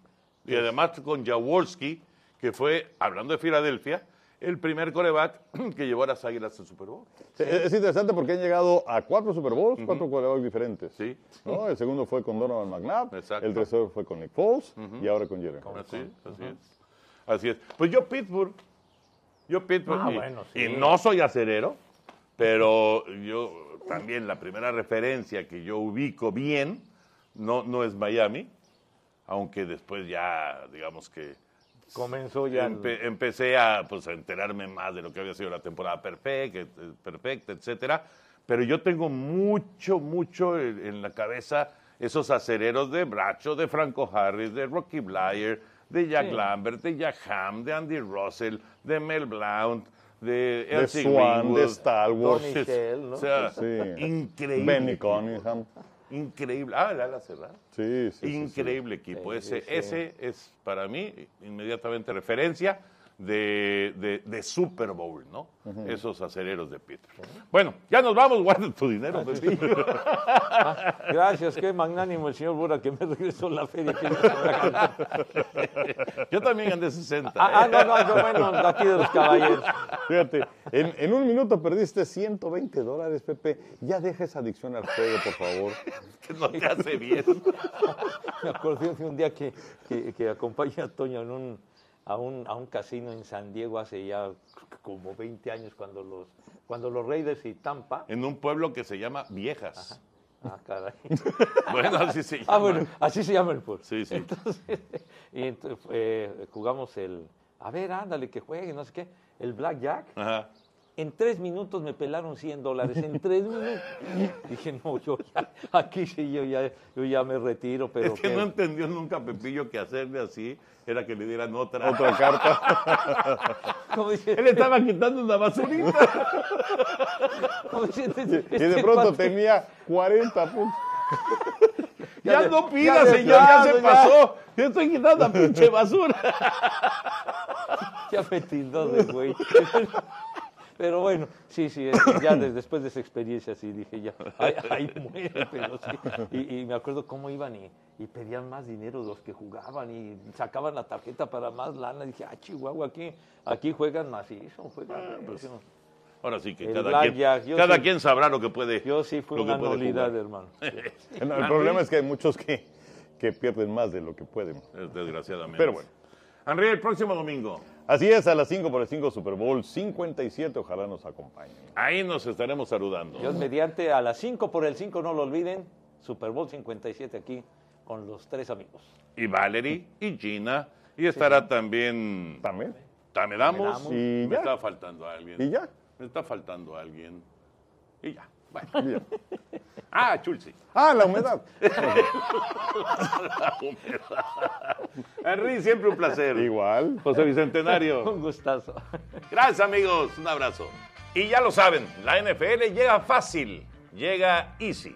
Speaker 1: Y además con Jaworski, que fue, hablando de Filadelfia, el primer coreback que llevó a las Águilas al Super Bowl.
Speaker 5: Eh, Es es interesante porque han llegado a cuatro Super Bowls, cuatro quarterbacks diferentes.
Speaker 1: Sí.
Speaker 5: ¿no? El segundo fue con Donovan McNabb,
Speaker 1: Exacto.
Speaker 5: el tercero fue con Nick Foles y ahora con Jerry. Jones.
Speaker 1: Así, así es. Así es. Pues yo Pittsburgh. Yo Pittsburgh.
Speaker 3: Ah,
Speaker 1: y,
Speaker 3: bueno, sí.
Speaker 1: y no soy acerero, pero yo también la primera referencia que yo ubico bien no, no es Miami, aunque después ya, digamos que
Speaker 3: Comenzó ya. el-
Speaker 1: empe- empecé a, pues, a enterarme más de lo que había sido la temporada perfecta, eh, perfecta etcétera. Pero yo tengo mucho, mucho en, en la cabeza esos acereros de Bracho, de Franco Harris, de Rocky Blyer, de Jack Lambert, de Jack Ham, de Andy Russell, de Mel Blount, de Elsie
Speaker 5: Swan,
Speaker 1: Greenwood,
Speaker 5: de Star Wars.
Speaker 3: Tony Shell, ¿no?
Speaker 1: O sea,
Speaker 5: Sí.
Speaker 1: Ah. increíble.
Speaker 5: Benny
Speaker 1: equipo,
Speaker 5: Cunningham.
Speaker 1: Increíble. Ah, el ala cerrada.
Speaker 5: Sí, sí, sí, sí.
Speaker 1: Increíble equipo. ese, ese es para mí inmediatamente referencia de, de- de Super Bowl, ¿no? Esos acereros de Peter. Bueno, ya nos vamos, guarda tu
Speaker 3: Ah,
Speaker 1: dinero, Pepillo.
Speaker 3: Gracias, qué magnánimo el señor Bura que me regresó la feria. que yo estaba-
Speaker 1: Yo también andé 60.
Speaker 3: ah, ah,
Speaker 1: ¿eh?
Speaker 3: no, no, yo, bueno, de aquí de los caballeros.
Speaker 5: Fíjate, en, en un minuto perdiste 120 dólares, Pepe. Ya deja esa adicción al juego, por favor.
Speaker 1: Que no te hace bien.
Speaker 3: Me acordé de un día que, que, que acompañé a Toño en un, a, un, a un casino en San Diego hace ya como 20 años cuando los, cuando los Raiders y Tampa.
Speaker 1: En un pueblo que se llama Viejas.
Speaker 3: Ah, caray.
Speaker 1: Bueno, así se llama.
Speaker 3: Ah, bueno, así se llama el pueblo.
Speaker 1: Sí, sí.
Speaker 3: Entonces, y ento- eh, jugamos el. A ver, ándale, que juegue, no sé qué. El Blackjack.
Speaker 1: Ajá.
Speaker 3: En tres minutos me pelaron 100 dólares. En tres minutos. Dije, no, yo ya. Aquí sí, yo ya, yo ya me retiro, pero.
Speaker 1: Es que
Speaker 3: qué-
Speaker 1: no entendió nunca Pepillo que hacerle así era que le dieran otra.
Speaker 5: Otra carta.
Speaker 3: ¿Cómo dice?
Speaker 1: Él estaba quitando una basurita.
Speaker 3: ¿Cómo dice este-
Speaker 5: Y de
Speaker 3: este
Speaker 5: pronto
Speaker 3: cuate?
Speaker 5: tenía 40 puntos.
Speaker 1: Ya,
Speaker 3: de-
Speaker 1: no
Speaker 3: ya
Speaker 1: pida,
Speaker 3: de-
Speaker 1: señor, ya,
Speaker 3: ya,
Speaker 1: se
Speaker 3: ya.
Speaker 1: pasó. Yo estoy quitando la pinche basura.
Speaker 3: Ya me tildó de güey. Pero bueno, sí, sí, es- ya des- después de esa experiencia sí dije ya, ahí, ahí muere, pero sí. Y, y me acuerdo cómo iban y, y pedían más dinero los que jugaban y sacaban la tarjeta para más lana. Dije, ah, Chihuahua, aquí, aquí juegan macizo, juegan.
Speaker 1: Ah, pues,
Speaker 3: recio.
Speaker 1: Ahora sí que
Speaker 3: El
Speaker 1: cada, quien,
Speaker 3: blackjack, yo
Speaker 1: cada
Speaker 3: sí-
Speaker 1: quien sabrá lo que puede.
Speaker 3: Yo sí fui
Speaker 1: lo que
Speaker 3: una
Speaker 1: puede
Speaker 3: nulidad,
Speaker 1: jugar.
Speaker 3: hermano.
Speaker 5: No, el problema es que hay muchos que, que pierden más de lo que pueden.
Speaker 1: Eh, Desgraciadamente.
Speaker 5: Pero bueno.
Speaker 1: Henry, el próximo domingo.
Speaker 5: Así es, a las 5 por el 5 Super Bowl 57. Ojalá nos acompañen.
Speaker 1: Ahí nos estaremos saludando.
Speaker 3: Dios mediante a las 5 por el 5, no lo olviden, Super Bowl 57 aquí con los tres amigos.
Speaker 1: Y Valerie, y Gina, y estará también
Speaker 5: También.
Speaker 1: Tamedamos.
Speaker 3: Tamedamos.
Speaker 5: Y
Speaker 1: me
Speaker 5: ya.
Speaker 1: está faltando alguien.
Speaker 5: Y ya.
Speaker 1: Me está faltando alguien. Y ya. Bueno.
Speaker 5: Y ya.
Speaker 1: Ah, Chulsi.
Speaker 5: Ah, la humedad.
Speaker 1: Henry, siempre un placer.
Speaker 5: Igual.
Speaker 1: José Bicentenario.
Speaker 3: Un gustazo.
Speaker 1: Gracias amigos, un abrazo. Y ya lo saben, la NFL llega fácil, llega easy.